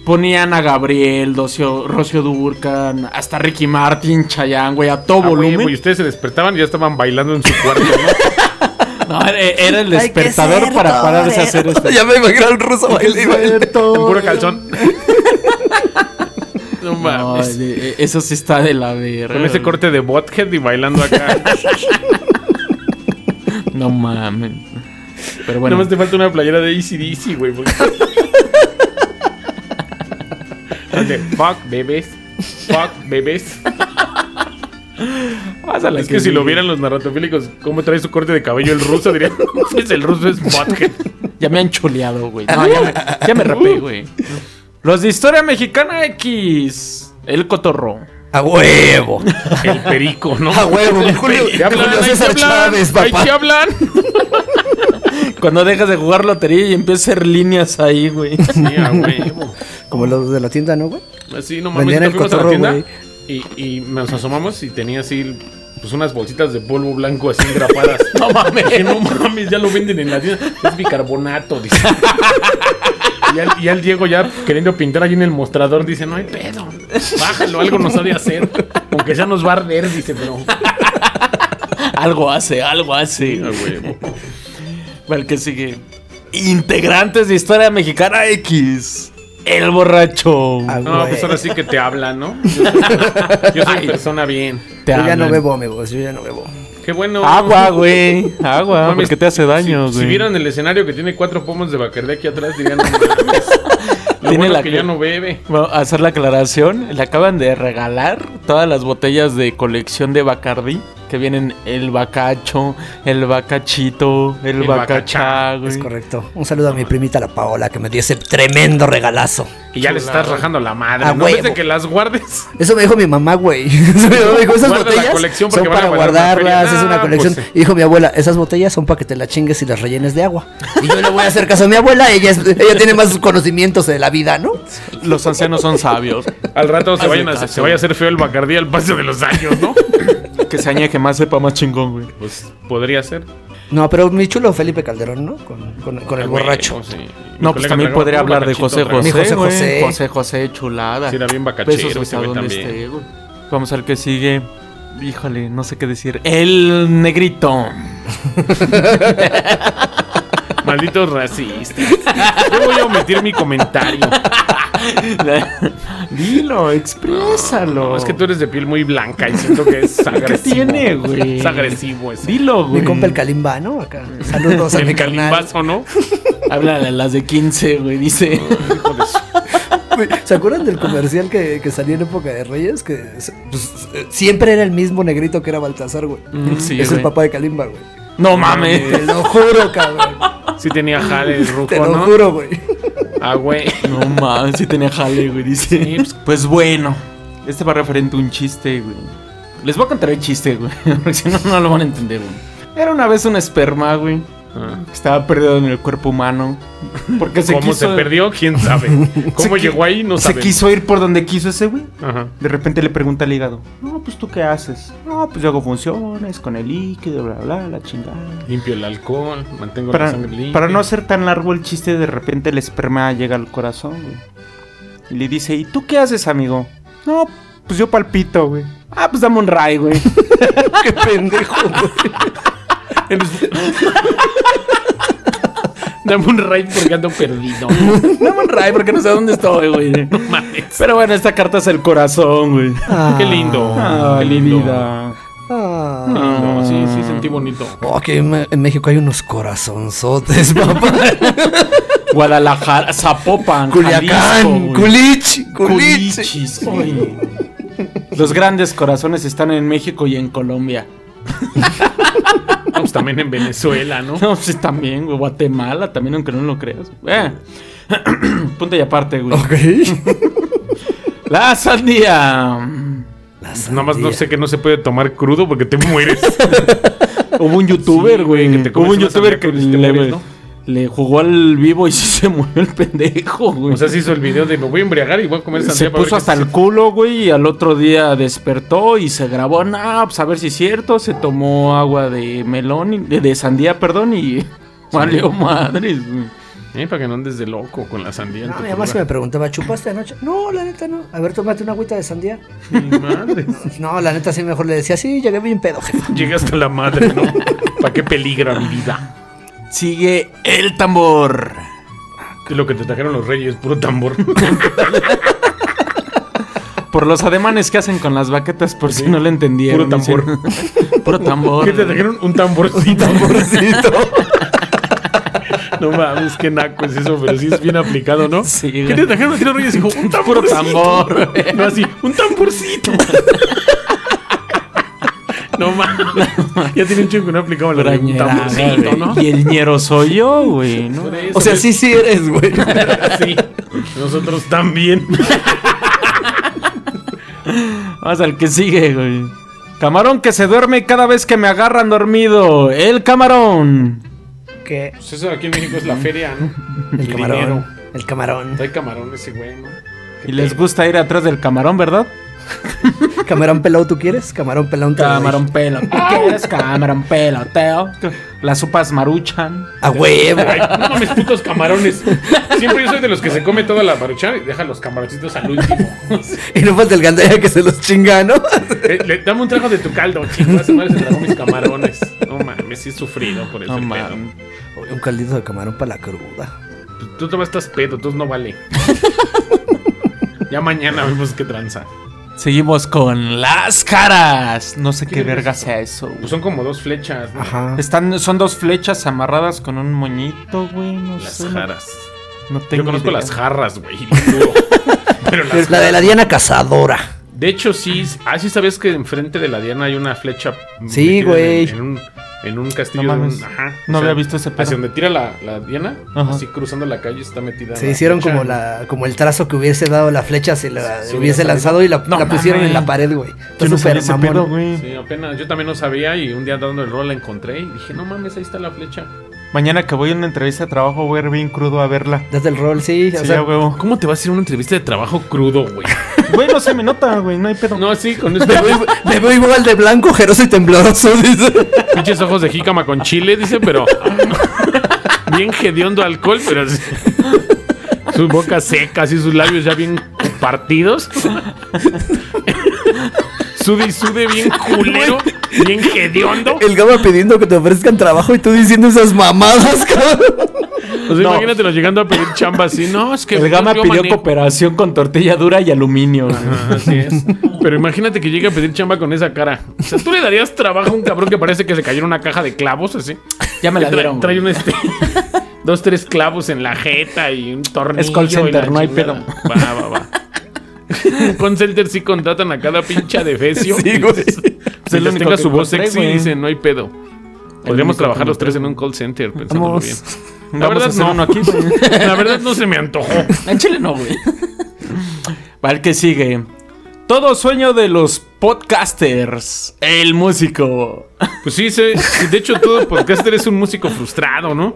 Speaker 2: Ponían a Gabriel, Docio- Rocío Durcan, hasta Ricky Martin, Chayanne, güey, a todo
Speaker 1: Ah, güey,
Speaker 2: volumen.
Speaker 1: Y ustedes se despertaban y ya estaban bailando en su cuarto, ¿no?
Speaker 2: No, era, era el
Speaker 3: Hay que
Speaker 2: despertador
Speaker 3: ser
Speaker 2: para pararse a hacer
Speaker 3: torero.
Speaker 2: esto.
Speaker 3: Ya me imagino al ruso baile y baile.
Speaker 1: En puro calzón. No
Speaker 2: No,
Speaker 1: mames.
Speaker 2: de- eh, eso sí está de la verga.
Speaker 1: Con ese
Speaker 2: güey.
Speaker 1: corte de bothead y bailando acá.
Speaker 2: No mames. Pero bueno.
Speaker 1: Nada más te falta una playera de ACDC, güey. porque- Donde, fuck bebés. Fuck bebés.
Speaker 2: pásala
Speaker 1: Es que si lo vieran los narratofílicos, cómo trae su corte de cabello el ruso, dirían, es el ruso es bothead.
Speaker 2: Ya me han choleado, güey. No, ya me, ya me rapé, güey. Los de Historia Mexicana X. El cotorro.
Speaker 3: A huevo.
Speaker 1: El perico, ¿no?
Speaker 3: A huevo. Julio,
Speaker 1: Ahí te
Speaker 3: Julio César
Speaker 1: hablan,
Speaker 3: Chávez,
Speaker 1: ahí
Speaker 3: papá.
Speaker 1: te hablan.
Speaker 2: Cuando dejas de jugar lotería y empiezas a hacer líneas ahí, güey.
Speaker 1: Sí, a huevo.
Speaker 3: Como los de la tienda, ¿no, güey?
Speaker 1: Así, no mames,
Speaker 3: Vendían
Speaker 1: ahorita
Speaker 3: el
Speaker 1: fuimos a la
Speaker 3: cotorro,
Speaker 1: tienda y, y nos asomamos y tenía así pues unas bolsitas de polvo blanco así engrapadas. no mames. no mames, ya lo venden en la tienda. Es bicarbonato, dice. Y al, y al Diego ya queriendo pintar allí en el mostrador dice, no hay pedo, bájalo, algo nos ha de hacer. Aunque ya nos va a arder, dice, pero...
Speaker 2: Algo hace, algo hace.
Speaker 1: A huevo.
Speaker 2: Bueno, que sigue. Integrantes de Historia Mexicana X. El borracho.
Speaker 3: A
Speaker 1: No, pues
Speaker 3: huevo.
Speaker 1: ahora sí que te hablan, ¿no? Yo soy persona bien.
Speaker 2: Te
Speaker 3: Yo ya
Speaker 2: hablan.
Speaker 3: no bebo, amigos. Yo ya no bebo.
Speaker 1: Qué Qué bueno.
Speaker 3: Ah,
Speaker 2: Agua, güey. Agua,
Speaker 1: Mames,
Speaker 2: porque te hace daño,
Speaker 1: si,
Speaker 2: güey.
Speaker 1: si vieran el escenario que tiene cuatro pomos de Bacardí aquí atrás, dirían. "No mames". Lo
Speaker 2: Tiene
Speaker 1: bueno
Speaker 2: la
Speaker 1: que
Speaker 2: que-
Speaker 1: ya no bebe.
Speaker 2: Bueno, hacer la aclaración, le acaban de regalar todas las botellas de colección de Bacardí, que vienen el bacacho, el bacachito, el,
Speaker 1: El
Speaker 2: bacachá,
Speaker 1: bacachá,
Speaker 2: güey.
Speaker 3: Es correcto. Un saludo a mi primita la Paola que me dio ese tremendo regalazo.
Speaker 1: Y ya le estás rajando la madre.
Speaker 3: A
Speaker 1: ¿No ves
Speaker 3: huevo.
Speaker 1: de que las guardes?
Speaker 3: Eso me dijo mi mamá, güey. Eso me dijo, esas
Speaker 1: Guarda la
Speaker 3: botellas
Speaker 1: colección
Speaker 3: son
Speaker 1: porque van a
Speaker 3: para
Speaker 1: guardar una
Speaker 3: guardarlas,
Speaker 1: feria".
Speaker 3: es una
Speaker 1: Ah,
Speaker 3: colección.
Speaker 1: pues sí.
Speaker 3: Y dijo mi abuela, esas botellas son para que te las chingues y las rellenes de agua. Y yo le voy a hacer caso a mi abuela, ella, es- ella tiene más conocimientos de la vida, ¿no?
Speaker 2: Los ancianos son sabios.
Speaker 1: Al rato se,
Speaker 2: Hazle
Speaker 1: vayan a,
Speaker 2: caso.
Speaker 1: se vaya a hacer feo el Bacardí al paso de los años, ¿no?
Speaker 2: Que se añe que más sepa más chingón, güey.
Speaker 1: pues podría ser.
Speaker 3: No, pero mi chulo Felipe Calderón, ¿no? Con, con- con el
Speaker 1: Ah, güey,
Speaker 3: borracho.
Speaker 1: sí. Mi
Speaker 2: No, pues
Speaker 1: colega
Speaker 2: también
Speaker 1: tragaba
Speaker 2: podría
Speaker 1: puro
Speaker 2: hablar de
Speaker 1: bacachito
Speaker 2: José
Speaker 1: otra vez.
Speaker 2: José,
Speaker 3: Mi José
Speaker 2: güey.
Speaker 3: José.
Speaker 2: José José, chulada.
Speaker 1: Sí, era bien bacachero
Speaker 2: Besos
Speaker 1: ese
Speaker 2: hasta
Speaker 1: güey
Speaker 2: donde
Speaker 1: también.
Speaker 2: esté, güey. Vamos al que sigue. Híjole, no sé qué decir. El negrito.
Speaker 1: Malditos racistas. Yo voy a omitir mi comentario.
Speaker 2: Dilo, exprésalo.
Speaker 1: No, es que tú eres de piel muy blanca y siento que es agresivo.
Speaker 2: tiene, güey?
Speaker 1: Es agresivo eso.
Speaker 2: Dilo, güey.
Speaker 3: Mi compa el Kalimba, ¿no? Acá. Saludos a mi
Speaker 1: pues, El
Speaker 3: carnal.
Speaker 1: calimbazo, ¿no?
Speaker 2: Habla de las de 15, güey, dice.
Speaker 1: Hijo de su-
Speaker 3: Güey, ¿Se acuerdan del comercial que, que salía en época de Reyes? Que se- pues, eh, siempre era el mismo negrito que era Baltasar, güey.
Speaker 1: Mm,
Speaker 2: sí,
Speaker 3: es
Speaker 2: güey.
Speaker 3: el papá de Kalimba, güey.
Speaker 2: No
Speaker 1: Eh.
Speaker 2: mames.
Speaker 3: Te lo juro, cabrón.
Speaker 1: Sí tenía jale el ruco,
Speaker 3: Te lo
Speaker 1: ¿no?
Speaker 3: juro, güey.
Speaker 1: Ah, güey.
Speaker 2: No mames, sí tenía jale, güey, dice.
Speaker 1: Sí, pues-
Speaker 2: Pues bueno, este va referente a un chiste, güey. Les voy a contar el chiste, güey, porque si no, no lo van a entender, güey. Era una vez un esperma, güey,
Speaker 1: Ah.
Speaker 2: que estaba perdido en el cuerpo humano. Porque se
Speaker 1: ¿Cómo
Speaker 2: quiso...
Speaker 1: se perdió? ¿Quién sabe? ¿Cómo
Speaker 2: qui-
Speaker 1: llegó ahí? No
Speaker 2: se
Speaker 1: sabe.
Speaker 2: quiso ir por donde quiso ese, güey.
Speaker 1: Ajá.
Speaker 2: De repente le pregunta al hígado, no, pues tú qué haces? No, pues yo hago funciones con el líquido, bla, bla, la chingada.
Speaker 1: Limpio el alcohol, mantengo la
Speaker 2: Para,
Speaker 1: sangre limpia.
Speaker 2: para no ser tan largo el chiste, de repente el esperma llega al corazón, güey. Y le dice, ¿y tú qué haces, amigo? No, pues yo palpito, güey. Ah, pues dame un ray, güey.
Speaker 3: Qué pendejo, güey.
Speaker 1: Dame un raid porque ando perdido.
Speaker 2: dame un ray porque no sé dónde estoy, güey.
Speaker 1: Mames.
Speaker 2: Pero bueno, esta carta es el corazón, güey.
Speaker 1: Qué lindo.
Speaker 2: Ah,
Speaker 1: qué
Speaker 2: mi
Speaker 1: lindo.
Speaker 2: vida.
Speaker 3: Ah.
Speaker 1: Qué lindo. Sí, sí, sentí bonito.
Speaker 3: Oh, que en, en México hay unos corazonzotes, papá.
Speaker 2: Guadalajara, Zapopan,
Speaker 3: Culiacán,
Speaker 2: Jalisco, güey.
Speaker 3: Culich, Culich.
Speaker 2: Culichis, güey. Los grandes corazones están en México y en Colombia.
Speaker 1: No, pues también en Venezuela, ¿no?
Speaker 2: No, sí, también, güey. Guatemala, también, aunque no lo creas. Eh. Punto y aparte, güey.
Speaker 3: Ok.
Speaker 2: La mm, sandía.
Speaker 1: Nada más no sé que no se puede tomar crudo porque te mueres.
Speaker 2: Hubo un youtuber,
Speaker 1: Sí, güey,
Speaker 2: güey.
Speaker 1: que te comes
Speaker 2: Hubo un
Speaker 1: una
Speaker 2: youtuber
Speaker 1: sandía
Speaker 2: que
Speaker 1: con este
Speaker 2: le,
Speaker 1: mueres, ¿no?
Speaker 2: le jugó al vivo y sí se murió el pendejo, güey.
Speaker 1: O sea, se hizo el video de me voy a embriagar y voy a comer sandía.
Speaker 2: se
Speaker 1: para ver
Speaker 2: puso
Speaker 1: qué
Speaker 2: hasta
Speaker 1: se
Speaker 2: el culo, güey, y al otro día despertó y se grabó. No, pues a ver si es cierto. Se tomó agua de melón, y- de, de sandía, perdón, y valió madres, güey.
Speaker 1: siente. Eh, para que no andes de loco con la sandía. en
Speaker 3: No,
Speaker 1: tu
Speaker 3: mi mamá se me
Speaker 1: cruda.
Speaker 3: preguntaba, ¿chupaste anoche? No, la neta no. A ver, tómate una agüita de sandía.
Speaker 1: Mi madre.
Speaker 3: No, la neta sí mejor le decía, sí, llegué bien pedo, jefa.
Speaker 1: Llega hasta la madre, ¿no? ¿Para qué peligra mi vida?
Speaker 2: Sigue el tambor.
Speaker 1: Es lo que te trajeron los reyes, puro tambor.
Speaker 2: Por los ademanes que hacen con las baquetas, por si no le entendieron.
Speaker 1: Puro tambor.
Speaker 2: dicen. Puro tambor.
Speaker 1: ¿Qué te trajeron? Un tamborcito. No mames, qué naco es eso, pero sí es bien aplicado, ¿no?
Speaker 2: Sí,
Speaker 1: ¿Qué
Speaker 2: güey.
Speaker 1: te trajeron a ti los reyes? Dijo, un tamborcito.
Speaker 2: tambor,
Speaker 1: No así, un tamborcito. No mames. Ya tiene un chingo que no aplicaba la de un
Speaker 2: Brañera,
Speaker 1: tamborcito,
Speaker 2: güey.
Speaker 1: ¿no?
Speaker 2: Y el ñero soy yo, güey. ¿no?
Speaker 1: Por eso,
Speaker 3: O sea,
Speaker 1: güey.
Speaker 3: sí, sí eres, güey.
Speaker 1: Sí. Nosotros también.
Speaker 2: Vamos al que sigue, güey. Camarón que se duerme cada vez que me agarran dormido. El camarón.
Speaker 3: Que
Speaker 1: Pues eso aquí en México es la feria, ¿no?
Speaker 3: el
Speaker 1: dinero.
Speaker 3: camarón. El camarón.
Speaker 1: Trae camarón ese güey, ¿no?
Speaker 2: Y les gusta ir atrás del camarón, ¿verdad?
Speaker 3: Camarón pelado, ¿tú quieres? Camarón pelado. te lo doy.
Speaker 2: Camarón pelo. ¿Tú quieres camarón pelo, Teo? Las sopas maruchan.
Speaker 3: A huevo.
Speaker 1: Ay, no mames, putos camarones. Siempre yo soy de los que se come toda la maruchan y deja los camaroncitos al último.
Speaker 3: Y no falta el gandalla que se los chinga, ¿no?
Speaker 1: Eh, le- dame un trago de tu caldo, chico. Hace madre se tragó mis camarones. No mames, sí he sufrido por eso.
Speaker 2: No
Speaker 1: el
Speaker 2: mames.
Speaker 3: Un caldito de camarón para la cruda.
Speaker 1: pedo. Tú- Tú tomas estás pedo, entonces no vale. ya mañana vemos qué tranza.
Speaker 2: Seguimos con las caras. No sé qué, verga sea eso. güey.
Speaker 1: Pues son como dos flechas, ¿no?
Speaker 3: Ajá.
Speaker 2: Están, son dos flechas amarradas con un moñito, güey. No
Speaker 1: Las
Speaker 2: sé. no-
Speaker 1: jaras.
Speaker 2: No
Speaker 1: Yo
Speaker 2: tengo
Speaker 1: conozco
Speaker 2: idea.
Speaker 1: las jarras, güey. lo juro. Pero las
Speaker 3: La de la Diana Cazadora.
Speaker 1: De hecho, sí. Ah, sí sabías que enfrente de la Diana hay una flecha. metida
Speaker 3: Sí,
Speaker 1: en-
Speaker 3: güey.
Speaker 1: En, un, en un castillo.
Speaker 2: No
Speaker 1: de un-
Speaker 2: mames.
Speaker 1: ajá.
Speaker 2: No había visto ese pedo.
Speaker 1: Hacia donde tira la, la Diana,
Speaker 2: Ajá.
Speaker 1: así cruzando la calle, está metida.
Speaker 3: Se
Speaker 1: la
Speaker 3: hicieron
Speaker 1: flecha.
Speaker 3: como la como el trazo que hubiese dado la flecha se la
Speaker 1: Sí,
Speaker 3: hubiese
Speaker 1: sí,
Speaker 3: lanzado y la,
Speaker 2: No
Speaker 3: la pusieron
Speaker 2: mames.
Speaker 3: en la pared, güey.
Speaker 2: Yo
Speaker 3: Está
Speaker 2: no sabía
Speaker 3: súper
Speaker 2: ese
Speaker 3: mamón.
Speaker 2: pedo, güey.
Speaker 1: Sí, apenas. Yo también no sabía y un día dando el rol la encontré y dije, no mames, ahí está la flecha.
Speaker 2: Mañana que voy a una entrevista de trabajo voy a ir bien crudo a verla.
Speaker 3: Desde el rol, sí. o
Speaker 2: Sí,
Speaker 3: sea,
Speaker 2: a huevo.
Speaker 1: ¿Cómo te va a hacer una entrevista de trabajo crudo, güey?
Speaker 2: Güey, no se me nota, güey. No hay pedo.
Speaker 1: No, sí, con este estos
Speaker 3: me, veo, me veo igual de blanco, jeroso y tembloroso, dice.
Speaker 1: pinches ojos de jícama con chile, dice, pero. bien hediondo alcohol, pero. sí. Sus bocas secas y sus labios ya bien partidos. sude y sude bien culero, bien hediondo.
Speaker 3: El gama pidiendo que te ofrezcan trabajo y tú diciendo esas mamadas, cabrón.
Speaker 1: O sea, imagínatelo llegando a pedir chamba así. No, es que.
Speaker 2: El Gama
Speaker 1: yo
Speaker 2: pidió
Speaker 1: manejo.
Speaker 2: cooperación con tortilla dura y aluminio.
Speaker 1: Ajá, Así es. Pero imagínate que llegue a pedir chamba con esa cara. O sea, tú le darías trabajo a un cabrón que parece que se cayó en una caja de clavos, así.
Speaker 2: ya me la
Speaker 1: Tra-
Speaker 2: dieron.
Speaker 1: trae
Speaker 2: güey.
Speaker 1: un este, dos, tres clavos en la jeta y un tornillo.
Speaker 2: Es call
Speaker 1: y la
Speaker 2: center, no hay
Speaker 1: chingada.
Speaker 2: pedo.
Speaker 1: Va, va, va. En call center sí contratan a cada pincha de fecio.
Speaker 3: Sí, güey.
Speaker 1: Se
Speaker 2: el
Speaker 1: les
Speaker 2: único
Speaker 1: tenga
Speaker 2: que
Speaker 1: su voz
Speaker 2: encontré,
Speaker 1: sexy y
Speaker 2: güey.
Speaker 1: dicen, no hay pedo.
Speaker 2: único
Speaker 1: Podríamos trabajar
Speaker 2: que
Speaker 1: los tres en
Speaker 2: encontré.
Speaker 1: un call center, pensándolo bien.
Speaker 2: Vamos,
Speaker 1: La
Speaker 2: vamos a
Speaker 1: verdad,
Speaker 2: hacer
Speaker 1: no.
Speaker 2: uno aquí. güey.
Speaker 1: La verdad no se me antojó.
Speaker 2: En Chile no, güey. Va, el que sigue. Todo sueño de los podcasters. El músico.
Speaker 1: Pues sí, se- de hecho todo podcaster es un músico frustrado, ¿no?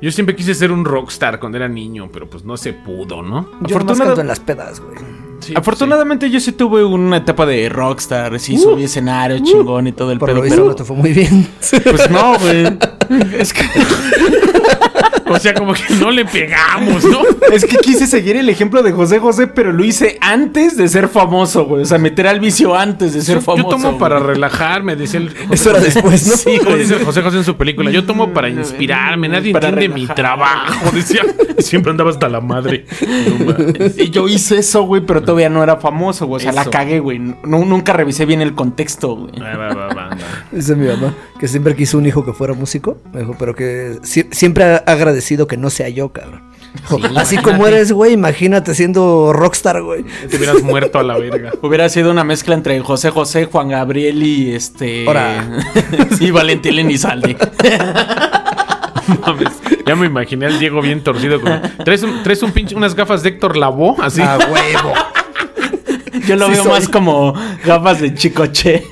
Speaker 1: Yo siempre quise ser un rockstar cuando era niño, pero pues no se pudo, ¿no?
Speaker 3: Yo nomás
Speaker 2: Afortunada-
Speaker 3: canto en las pedas, güey.
Speaker 1: Sí, pues,
Speaker 2: Afortunadamente yo sí tuve una etapa de rockstar. Sí, subí escenario chingón y todo el
Speaker 3: Por
Speaker 2: pedo.
Speaker 3: lo visto no
Speaker 2: Pero,
Speaker 3: te fue muy bien.
Speaker 2: pues no, güey. Es que,
Speaker 1: O sea, como que no le pegamos, ¿no?
Speaker 2: es que quise seguir el ejemplo de José José, pero lo hice antes de ser famoso, güey. O sea, meter al vicio antes de ser
Speaker 1: Yo-
Speaker 2: famoso.
Speaker 1: Yo tomo
Speaker 2: güey.
Speaker 1: para relajarme, dice el José
Speaker 3: Es hora
Speaker 1: José.
Speaker 3: después, ¿no?
Speaker 1: Sí, como dice el José José en su película. Yo tomo para inspirarme, nadie
Speaker 2: Para
Speaker 1: entiende mi
Speaker 2: relajar.
Speaker 1: trabajo, decía. Y mm, siempre andaba hasta la madre. No mames.
Speaker 2: Y yo hice eso, güey, pero todavía no era famoso, güey. O sea, la cagué, güey. No- nunca revisé bien el contexto, güey.
Speaker 1: Va, va, va, va, va.
Speaker 3: Dice mi mamá que siempre quiso un hijo que fuera músico. Me dijo, pero que sie- siempre ha agradecido que no sea yo, cabrón. Dijo, Así como eres, güey, imagínate siendo rockstar, güey.
Speaker 1: Ya Te hubieras muerto a la verga.
Speaker 2: Hubiera sido una mezcla entre José José, Juan Gabriel y este.
Speaker 3: Ora.
Speaker 2: y Valentín Elizalde.
Speaker 1: Mames. Ya me imaginé al Diego bien torcido. Con... ¿Traes, un, traes un pinche, unas gafas de Héctor Lavó? Así.
Speaker 3: A Ah, huevo.
Speaker 2: Yo lo
Speaker 3: Sí
Speaker 2: veo
Speaker 3: soy.
Speaker 2: más como gafas de chicoche.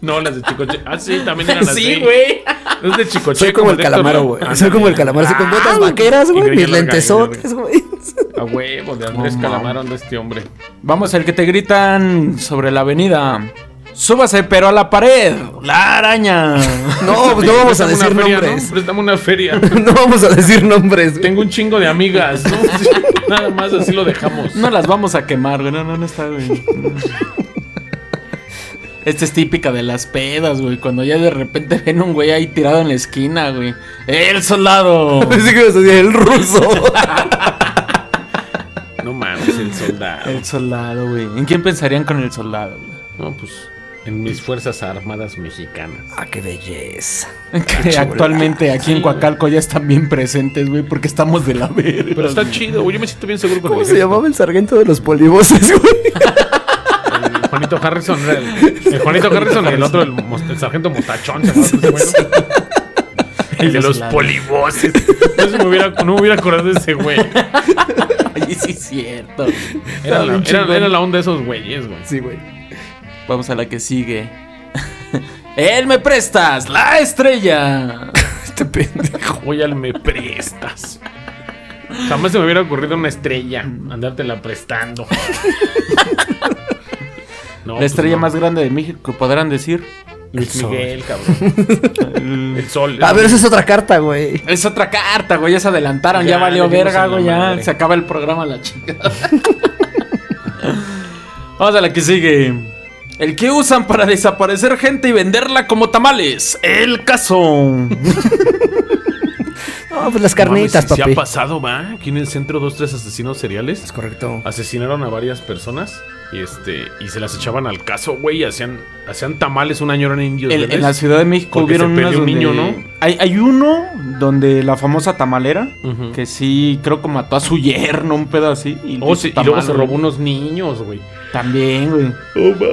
Speaker 1: No, las de Chicoche. Ah, sí, también eran así.
Speaker 2: sí, güey.
Speaker 1: Es de Chicoche.
Speaker 3: Soy como el
Speaker 1: de Héctor
Speaker 3: calamaro,
Speaker 1: Lavoe.
Speaker 3: güey.
Speaker 1: Ah,
Speaker 3: Soy como el
Speaker 1: ándale.
Speaker 3: calamaro. Así con botas
Speaker 1: Ah,
Speaker 3: vaqueras,
Speaker 1: y
Speaker 3: güey.
Speaker 1: greña
Speaker 3: Mis
Speaker 1: larga,
Speaker 3: lentesotes, güey.
Speaker 1: A huevo, de Andrés
Speaker 2: No,
Speaker 1: Calamaro anda este hombre.
Speaker 2: Vamos, el que te gritan sobre la avenida. Súbase, pero a la pared. La araña.
Speaker 3: No, pues no vamos a
Speaker 1: Préstame una
Speaker 3: decir
Speaker 1: feria, ¿no?
Speaker 3: nombres.
Speaker 1: Préstame una feria.
Speaker 3: No vamos a decir nombres. güey.
Speaker 1: Tengo un chingo de amigas, ¿no? Sí, Nada más así lo dejamos.
Speaker 2: No las vamos a quemar, güey. No, no, no está, güey. Esta es típica de las pedas, güey. Cuando ya de repente ven un güey ahí tirado en la esquina, güey. ¡El soldado!
Speaker 3: Pensé que ibas a decir el ruso.
Speaker 1: No mames, el soldado.
Speaker 3: Eh.
Speaker 2: El soldado, güey. ¿En quién pensarían con el soldado, güey?
Speaker 1: No, pues en mis Fuerzas Armadas Mexicanas.
Speaker 3: Ah, qué belleza.
Speaker 2: Que actualmente aquí en Coacalco ya están bien presentes, güey, porque estamos de la verga.
Speaker 1: Pero está chido, güey. Yo me siento bien seguro con
Speaker 3: ¿Cómo
Speaker 1: el
Speaker 3: se
Speaker 1: ejército.
Speaker 3: llamaba el sargento de los polivoces, güey?
Speaker 1: El Juanito Harrison era el, el Juanito Harrison y el otro, el, mos- el sargento Mostachón. ¿se acuerdan de ese güey? El de los polivoces. No se me hubiera, no me hubiera acordado de ese güey.
Speaker 2: Ay, sí es cierto. güey.
Speaker 1: Era la,
Speaker 3: bien chingón.
Speaker 1: era- era la onda de esos güeyes, güey.
Speaker 3: Sí, güey.
Speaker 2: Vamos a la que sigue. Él me prestas, la estrella.
Speaker 3: Este pendejo.
Speaker 1: Oye, me prestas. Jamás se me hubiera ocurrido una estrella
Speaker 3: Mm.
Speaker 1: andártela prestando. No,
Speaker 2: la
Speaker 1: pues
Speaker 2: estrella
Speaker 1: no.
Speaker 2: más grande de México, podrán decir.
Speaker 1: Luis Miguel, cabrón. El sol.
Speaker 3: A ver, esa es otra carta, güey.
Speaker 2: Es otra carta, güey. Ya se adelantaron, ya,
Speaker 1: Ya,
Speaker 2: valió
Speaker 1: dejemos a
Speaker 2: verga,
Speaker 1: la
Speaker 2: güey. Ya
Speaker 1: madre.
Speaker 2: se acaba el programa la chingada. Vamos a la que sigue. El que usan para desaparecer gente y venderla como tamales. El caso.
Speaker 3: No, pues las
Speaker 1: Mames,
Speaker 3: carnitas,
Speaker 1: ¿sí
Speaker 3: papi.
Speaker 1: ha pasado, va. Aquí en el centro, dos, tres asesinos seriales
Speaker 3: Es correcto.
Speaker 1: asesinaron a varias personas Y, este, y se las echaban al caso, güey. y Hacían, hacían tamales. Un año eran indios.
Speaker 2: En,
Speaker 1: verdes.
Speaker 2: en la Ciudad de México
Speaker 1: Porque
Speaker 2: hubieron
Speaker 1: se perdió
Speaker 2: unas
Speaker 1: un
Speaker 2: donde-
Speaker 1: niño, ¿no?
Speaker 2: Hay, hay uno donde la famosa tamalera,
Speaker 1: Ujú.
Speaker 2: que sí, creo que mató a su yerno, un pedo así. Y,
Speaker 1: Oh,
Speaker 2: hizo
Speaker 1: sí, y
Speaker 2: tamal,
Speaker 1: luego se
Speaker 2: güey.
Speaker 1: robó unos niños, güey.
Speaker 2: También, güey.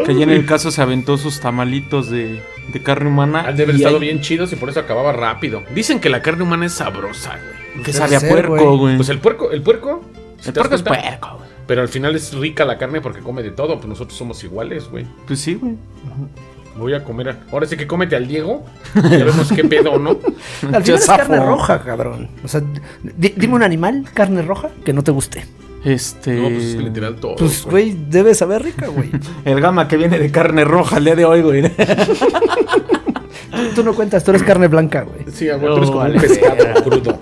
Speaker 2: que allá en el caso se aventó sus tamalitos de, de carne humana.
Speaker 1: Han Ah, de haber
Speaker 2: y
Speaker 1: estado
Speaker 2: hay-
Speaker 1: bien chidos y por eso acababa rápido. Dicen que la carne humana es sabrosa, güey.
Speaker 2: Que sabe a
Speaker 3: ser,
Speaker 2: puerco,
Speaker 3: güey.
Speaker 2: güey.
Speaker 1: Pues el puerco, el puerco. si
Speaker 2: el
Speaker 1: te das
Speaker 2: puerco es
Speaker 1: cuenta,
Speaker 2: puerco, güey.
Speaker 1: Pero al final es rica la carne porque come de todo. Pues nosotros somos iguales, güey.
Speaker 2: Pues sí, güey.
Speaker 1: Voy a comer. a- Ahora sí que cómete al Diego. Ya vemos qué pedo, ¿no? pues
Speaker 3: Al
Speaker 2: Yo
Speaker 3: final es
Speaker 2: zafo.
Speaker 3: carne roja, cabrón. O sea, di- dime un animal, carne roja, que no te guste.
Speaker 2: Este.
Speaker 1: No, pues es que literal todo.
Speaker 3: Pues, güey, debe saber rica, güey.
Speaker 2: El gama que viene de carne roja el día de hoy, güey.
Speaker 3: Tú no cuentas, tú eres carne blanca, güey.
Speaker 1: Sí, a huevo, tú eres como
Speaker 2: vale.
Speaker 1: un pescado crudo.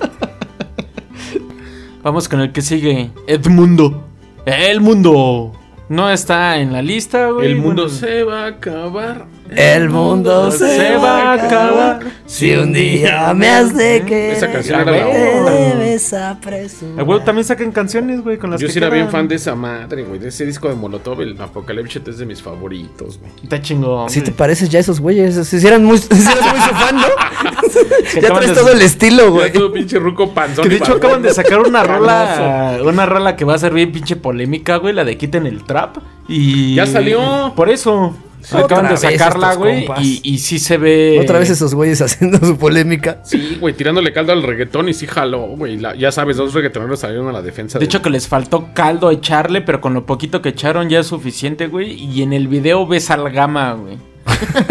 Speaker 2: Vamos con el que sigue. Edmundo. El mundo. No está en la lista, güey.
Speaker 1: El mundo
Speaker 2: Bueno,
Speaker 1: se va a acabar.
Speaker 3: El mundo se, va a acabar si un día me has de querer.
Speaker 1: Esa canción
Speaker 2: era la
Speaker 3: te
Speaker 2: otra.
Speaker 3: debes apresurar.
Speaker 2: A huevo Eh, también sacan canciones, güey, con las
Speaker 1: Yo
Speaker 2: que
Speaker 1: sí era bien
Speaker 2: quedan.
Speaker 1: fan de esa madre, güey. De ese disco de Molotov, el Apocalypse es de mis favoritos, güey.
Speaker 2: Está chingón.
Speaker 3: Si te
Speaker 2: güey.
Speaker 3: pareces ya a esos güeyes, si hicieran muy, si eras muy su fan, ¿no? ya
Speaker 2: acaban
Speaker 3: traes
Speaker 2: de-
Speaker 3: todo el estilo,
Speaker 1: Güey.
Speaker 3: güey.
Speaker 1: Todo pinche ruco panzón.
Speaker 2: Que de
Speaker 1: y
Speaker 2: hecho
Speaker 1: barbón.
Speaker 2: acaban de sacar una rola, una rola que va a ser bien pinche polémica, güey, la de quiten el trap y
Speaker 1: Ya salió.
Speaker 2: Por eso
Speaker 3: Otra
Speaker 2: acaban de
Speaker 3: vez
Speaker 2: sacarla,
Speaker 3: estos
Speaker 2: güey,
Speaker 3: compas.
Speaker 2: y, y sí se ve
Speaker 3: Otra vez esos güeyes haciendo su polémica.
Speaker 1: Sí, güey, tirándole caldo al reggaetón y sí jaló, güey. La- ya sabes, dos reggaetoneros salieron a la defensa.
Speaker 2: De hecho que les faltó caldo a echarle, pero con lo poquito que echaron ya es suficiente, güey, y en el video ves al Gama, güey.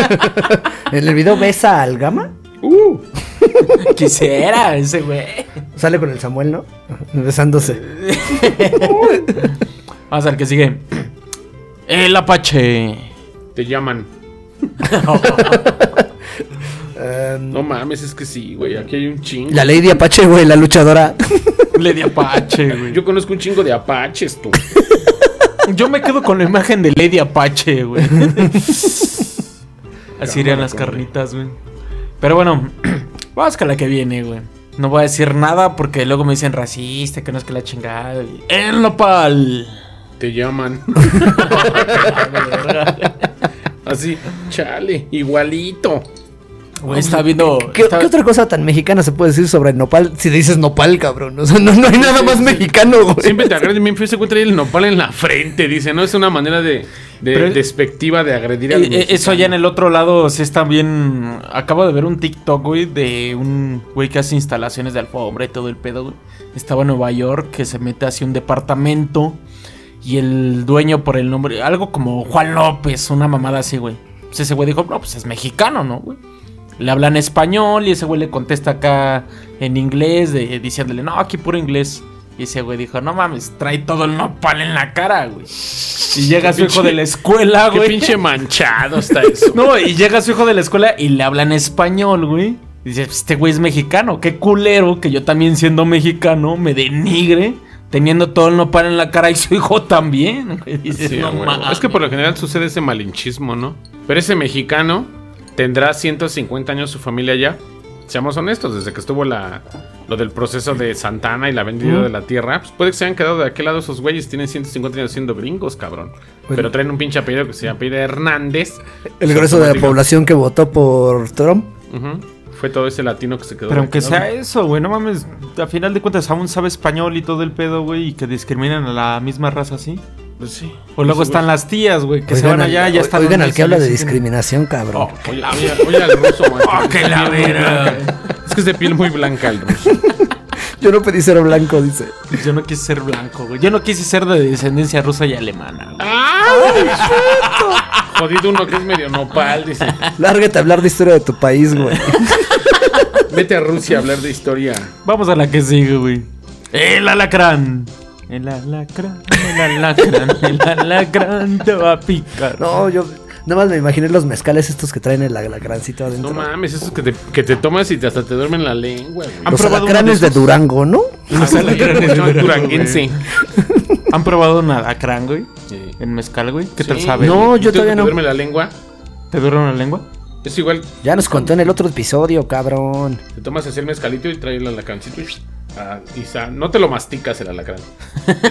Speaker 3: En el video besa al Gama.
Speaker 1: ¡Uh!
Speaker 2: Quisiera ese güey.
Speaker 3: Sale con el Samuel, ¿no? Besándose.
Speaker 2: Vamos al que sigue. El Apache.
Speaker 1: Te llaman.
Speaker 3: Em,
Speaker 1: No mames, es que sí, güey. Aquí hay un chingo.
Speaker 3: la Lady Apache, güey, la luchadora.
Speaker 2: Le di Apache, güey. Yo,
Speaker 1: Yo conozco un chingo de apaches, tú.
Speaker 2: yo me quedo con la imagen de Lady Apache, güey. Así irían las carnitas, güey. Pero bueno, vamos con la que viene, güey. No voy a decir nada porque luego me dicen racista, que no es que la chingada. güey. El nopal.
Speaker 1: Te llaman. Así, chale, igualito.
Speaker 2: Güey, está viendo.
Speaker 3: ¿Qué,
Speaker 2: está-
Speaker 3: qué otra cosa tan mexicana se puede decir sobre el nopal si dices nopal, cabrón? O sea, no, no hay nada más mexicano, güey.
Speaker 1: Siempre te agreden bien feo y se encuentra el nopal en la frente, dice, ¿no? Es una manera de, de-
Speaker 2: Pero-
Speaker 1: despectiva de agredir al
Speaker 2: Eh, eh, Eso allá en el otro lado sí está bien. Acabo de ver un TikTok, güey, de un güey que hace instalaciones de alfombra y todo el pedo, güey. Estaba en Nueva York, que se mete hacia un departamento y el dueño por el nombre, algo como Juan López, una mamada así, güey. Pues ese güey dijo, no, pues es mexicano, ¿no, güey? Le hablan español y ese güey le contesta acá en inglés, de- diciéndole, no, aquí puro inglés. Y ese güey dijo, no mames, trae todo el nopal en la cara, güey. Y llega su hijo de la escuela,
Speaker 1: Qué
Speaker 2: güey.
Speaker 1: pinche manchado está eso.
Speaker 2: No, y llega su hijo de la escuela y le hablan español, güey. Y dice, este güey es mexicano, qué culero que yo también siendo mexicano me denigre teniendo todo el nopal en la cara y su hijo también. güey. Dices,
Speaker 1: Sí,
Speaker 2: "No
Speaker 1: a huevo.
Speaker 2: mames".
Speaker 1: Es que por lo general sucede ese malinchismo, ¿no? Pero ese mexicano tendrá 150 años su familia ya. Seamos honestos, desde que estuvo la, lo del proceso de Santana y la vendida de la tierra, pues puede que se hayan quedado de aquel lado esos güeyes. Tienen 150 años siendo gringos, cabrón. Pero traen un pinche apellido que se apellida Hernández.
Speaker 3: El grueso de la
Speaker 1: Automático.
Speaker 3: población que votó por Trump.
Speaker 1: Ujú. Fue todo ese latino que se quedó.
Speaker 2: Pero
Speaker 1: de
Speaker 2: aunque
Speaker 1: aquel lado.
Speaker 2: sea eso, güey, no mames, a final de cuentas aún sabe español y todo el pedo, güey, y que discriminan a la misma raza así.
Speaker 1: Pues sí.
Speaker 2: O luego
Speaker 1: Pues sí,
Speaker 2: están las tías, güey, que se van
Speaker 3: al-
Speaker 2: allá, ya
Speaker 3: o-
Speaker 2: están...
Speaker 3: oigan
Speaker 2: donde Oh.
Speaker 3: al
Speaker 2: se
Speaker 3: que habla de
Speaker 2: les-
Speaker 3: discriminación, cabrón.
Speaker 1: güey. Oye, oye, oye al ruso, maestro. Es que es de piel muy blanca el ruso.
Speaker 3: Yo no pedí ser blanco, dice.
Speaker 2: "Pues, Yo no quise ser blanco, güey. Yo no quise ser de descendencia rusa y alemana, güey.
Speaker 1: Jodido uno que es medio nopal, dice.
Speaker 3: Lárgate a hablar de historia de tu país, güey.
Speaker 1: Vete a Rusia a hablar de historia.
Speaker 2: Vamos a la que sigue, güey. El alacrán. El alacrán, el alacrán, el alacrán te va a picar.
Speaker 3: No, yo nada más me imaginé los mezcales estos que traen el alacrancito adentro.
Speaker 1: No mames, esos que te, que te tomas y te- hasta te duermen la lengua, güey. Ah,
Speaker 2: ¿Han
Speaker 3: los
Speaker 2: probado uno de
Speaker 3: alacranes de,
Speaker 2: esos?
Speaker 3: Durango, Ah, pues, ¿no?
Speaker 1: Hasta la llaman duranguense.
Speaker 2: ¿Han probado un alacrán, güey?
Speaker 1: Sí.
Speaker 2: En mezcal, güey. ¿Qué tal
Speaker 1: Sí.
Speaker 2: sabe?
Speaker 3: No,
Speaker 1: ¿Y
Speaker 3: yo
Speaker 1: tú
Speaker 3: todavía
Speaker 1: que
Speaker 3: no.
Speaker 1: ¿Te duerme la lengua?
Speaker 2: ¿Te duerme la lengua?
Speaker 1: Es igual,
Speaker 3: Ya nos contó en el otro episodio, cabrón.
Speaker 1: te tomas así el mezcalito y traes la lacancito. Ah, Isa, no te lo masticas el alacrán.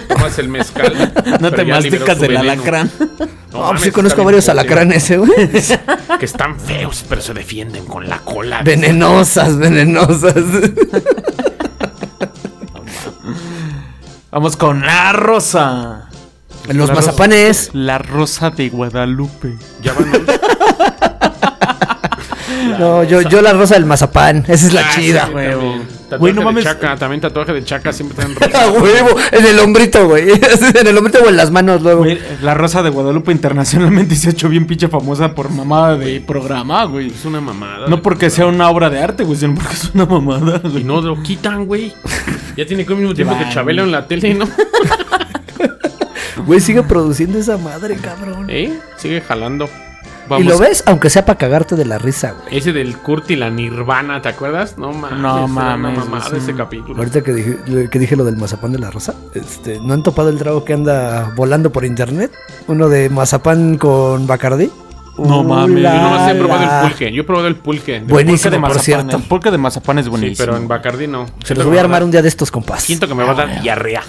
Speaker 1: Tomas el mezcal.
Speaker 2: No
Speaker 1: pero
Speaker 2: te
Speaker 1: ya liberó
Speaker 2: masticas
Speaker 1: su
Speaker 2: del
Speaker 1: veneno.
Speaker 2: alacrán.
Speaker 1: No
Speaker 3: No,
Speaker 1: mames,
Speaker 3: pues sí conozco
Speaker 1: está
Speaker 3: varios
Speaker 1: bien fuerte.
Speaker 3: alacranes, eh, güey.
Speaker 1: Que están feos, pero se defienden con la cola.
Speaker 3: Venenosas, venenosas.
Speaker 2: Vamos con la rosa.
Speaker 3: Los mazapanes.
Speaker 2: La rosa de Guadalupe.
Speaker 1: Ya van
Speaker 3: No, yo, yo la rosa del mazapán. Esa es la
Speaker 1: Ah,
Speaker 3: chida,
Speaker 1: sí,
Speaker 3: güey.
Speaker 1: también.
Speaker 2: huevo.
Speaker 1: Tatuaje
Speaker 2: Güey, no
Speaker 1: de
Speaker 2: mames.
Speaker 1: Chaca, también tatuaje de chaca siempre traen rosa.
Speaker 3: A huevo, en el hombrito, güey. En el hombrito o en las manos luego.
Speaker 2: Güey, la rosa de Guadalupe internacionalmente se ha hecho bien pinche famosa por mamada de programa, güey.
Speaker 1: Es una mamada.
Speaker 2: No porque sea una obra de arte, güey, sino porque es una mamada,
Speaker 1: Y
Speaker 2: güey.
Speaker 1: no lo quitan, güey. Ya tiene que un mismo tiempo que
Speaker 2: Vale.
Speaker 1: Chabelo en la tele, ¿no?
Speaker 3: Güey, sigue produciendo esa madre, cabrón.
Speaker 1: ¿Eh? Sigue jalando.
Speaker 3: Y lo ves, aunque sea para cagarte de la risa, güey.
Speaker 1: Ese del Kurt y la Nirvana, ¿te acuerdas? No mames.
Speaker 2: No
Speaker 1: era
Speaker 2: mames,
Speaker 1: Una mamada
Speaker 2: es un-
Speaker 1: ese capítulo.
Speaker 3: Ahorita que dije, le- que dije lo del mazapán de la rosa, este, ¿no han topado el trago que anda volando por internet? Uno de mazapán con bacardí.
Speaker 2: No mames.
Speaker 1: Yo
Speaker 2: Yo
Speaker 1: nomás he
Speaker 3: Ula.
Speaker 1: probado el pulque. Yo he probado el pulque. de-
Speaker 3: Buenísimo,
Speaker 2: Pulque de
Speaker 3: por
Speaker 2: mazapán,
Speaker 3: cierto.
Speaker 2: El pulque de mazapán es
Speaker 1: Sí,
Speaker 2: buenísimo.
Speaker 1: pero en Bacardi no.
Speaker 3: Se los voy a armar un día de estos compas.
Speaker 1: Siento que me va a dar diarrea.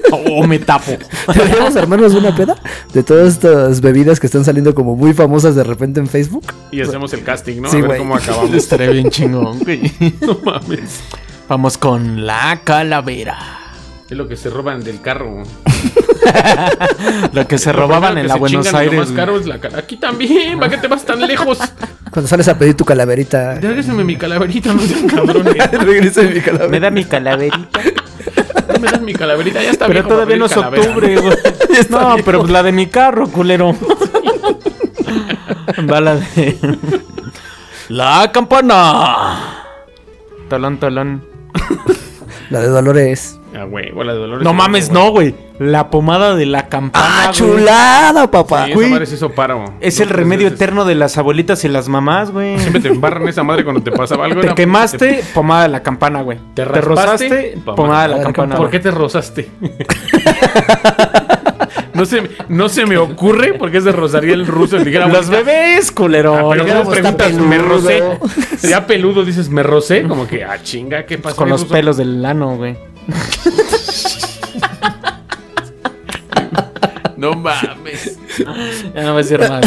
Speaker 2: O Oh, me tapo.
Speaker 3: Deberíamos armarnos una peda de todas estas bebidas que están saliendo como muy famosas de repente en Facebook.
Speaker 1: Y hacemos el casting, ¿no?
Speaker 3: Sí,
Speaker 1: a ver
Speaker 3: güey.
Speaker 1: cómo acabamos.
Speaker 2: Estaré bien chingón, güey.
Speaker 1: no mames.
Speaker 2: Vamos con la calavera.
Speaker 1: Es lo que se roban del carro.
Speaker 2: La que se
Speaker 1: Lo
Speaker 2: robaban
Speaker 1: primero que
Speaker 2: en la
Speaker 1: se
Speaker 2: Buenos
Speaker 1: chingan y lo
Speaker 2: Aires.
Speaker 1: más
Speaker 2: güey.
Speaker 1: caro es la cara. Aquí también, ¿para qué te vas tan lejos?
Speaker 3: Cuando sales a pedir tu calaverita.
Speaker 1: Regrésenme mi calaverita, no sean cabrones.
Speaker 3: Regresa mi calaverita.
Speaker 2: Me da mi calaverita.
Speaker 1: No me das mi calaverita, ya está
Speaker 2: Pero
Speaker 1: viejo para
Speaker 2: todavía
Speaker 1: pedir
Speaker 2: no es
Speaker 1: calavera.
Speaker 2: octubre, güey. No, pero pues la de mi carro, culero. Va la de. La campana. Tolón, tolón.
Speaker 3: La de Dolores.
Speaker 1: Ah, güey, bola de dolores.
Speaker 2: No mames, no, güey. La pomada de la campana.
Speaker 3: ¡Ah,
Speaker 2: güey.
Speaker 3: chulada, papá!
Speaker 1: Sí, esa
Speaker 2: Güey.
Speaker 1: madre se hizo paro. pues
Speaker 2: pues Es
Speaker 1: Dos,
Speaker 2: el
Speaker 1: tres
Speaker 2: remedio
Speaker 1: veces.
Speaker 2: eterno de las abuelitas y las mamás, güey.
Speaker 1: Siempre te embarran esa madre cuando te pasaba algo.
Speaker 2: Te
Speaker 1: era-
Speaker 2: quemaste, pomada de la campana, güey.
Speaker 1: Te
Speaker 2: Te,
Speaker 1: raspaste,
Speaker 2: rozaste,
Speaker 1: pomada.
Speaker 2: pomada de la campana.
Speaker 1: ¿Por
Speaker 2: güey.
Speaker 1: qué te rozaste? no, se, no se me ocurre por qué se rozaría el ruso. y dijera,
Speaker 2: Los
Speaker 1: "Abuelita,
Speaker 2: bebés, culero.
Speaker 1: Ah, pero
Speaker 2: Ya
Speaker 1: no
Speaker 2: vos-
Speaker 1: preguntas,
Speaker 3: pues peludo.
Speaker 1: me rocé. Ya peludo dices, me rocé. Como que, ah, chinga, ¿qué pasó?
Speaker 2: Con
Speaker 1: mi
Speaker 2: los
Speaker 1: ruso?
Speaker 2: pelos del lano, güey.
Speaker 1: No mames.
Speaker 2: Ya no va a decir más,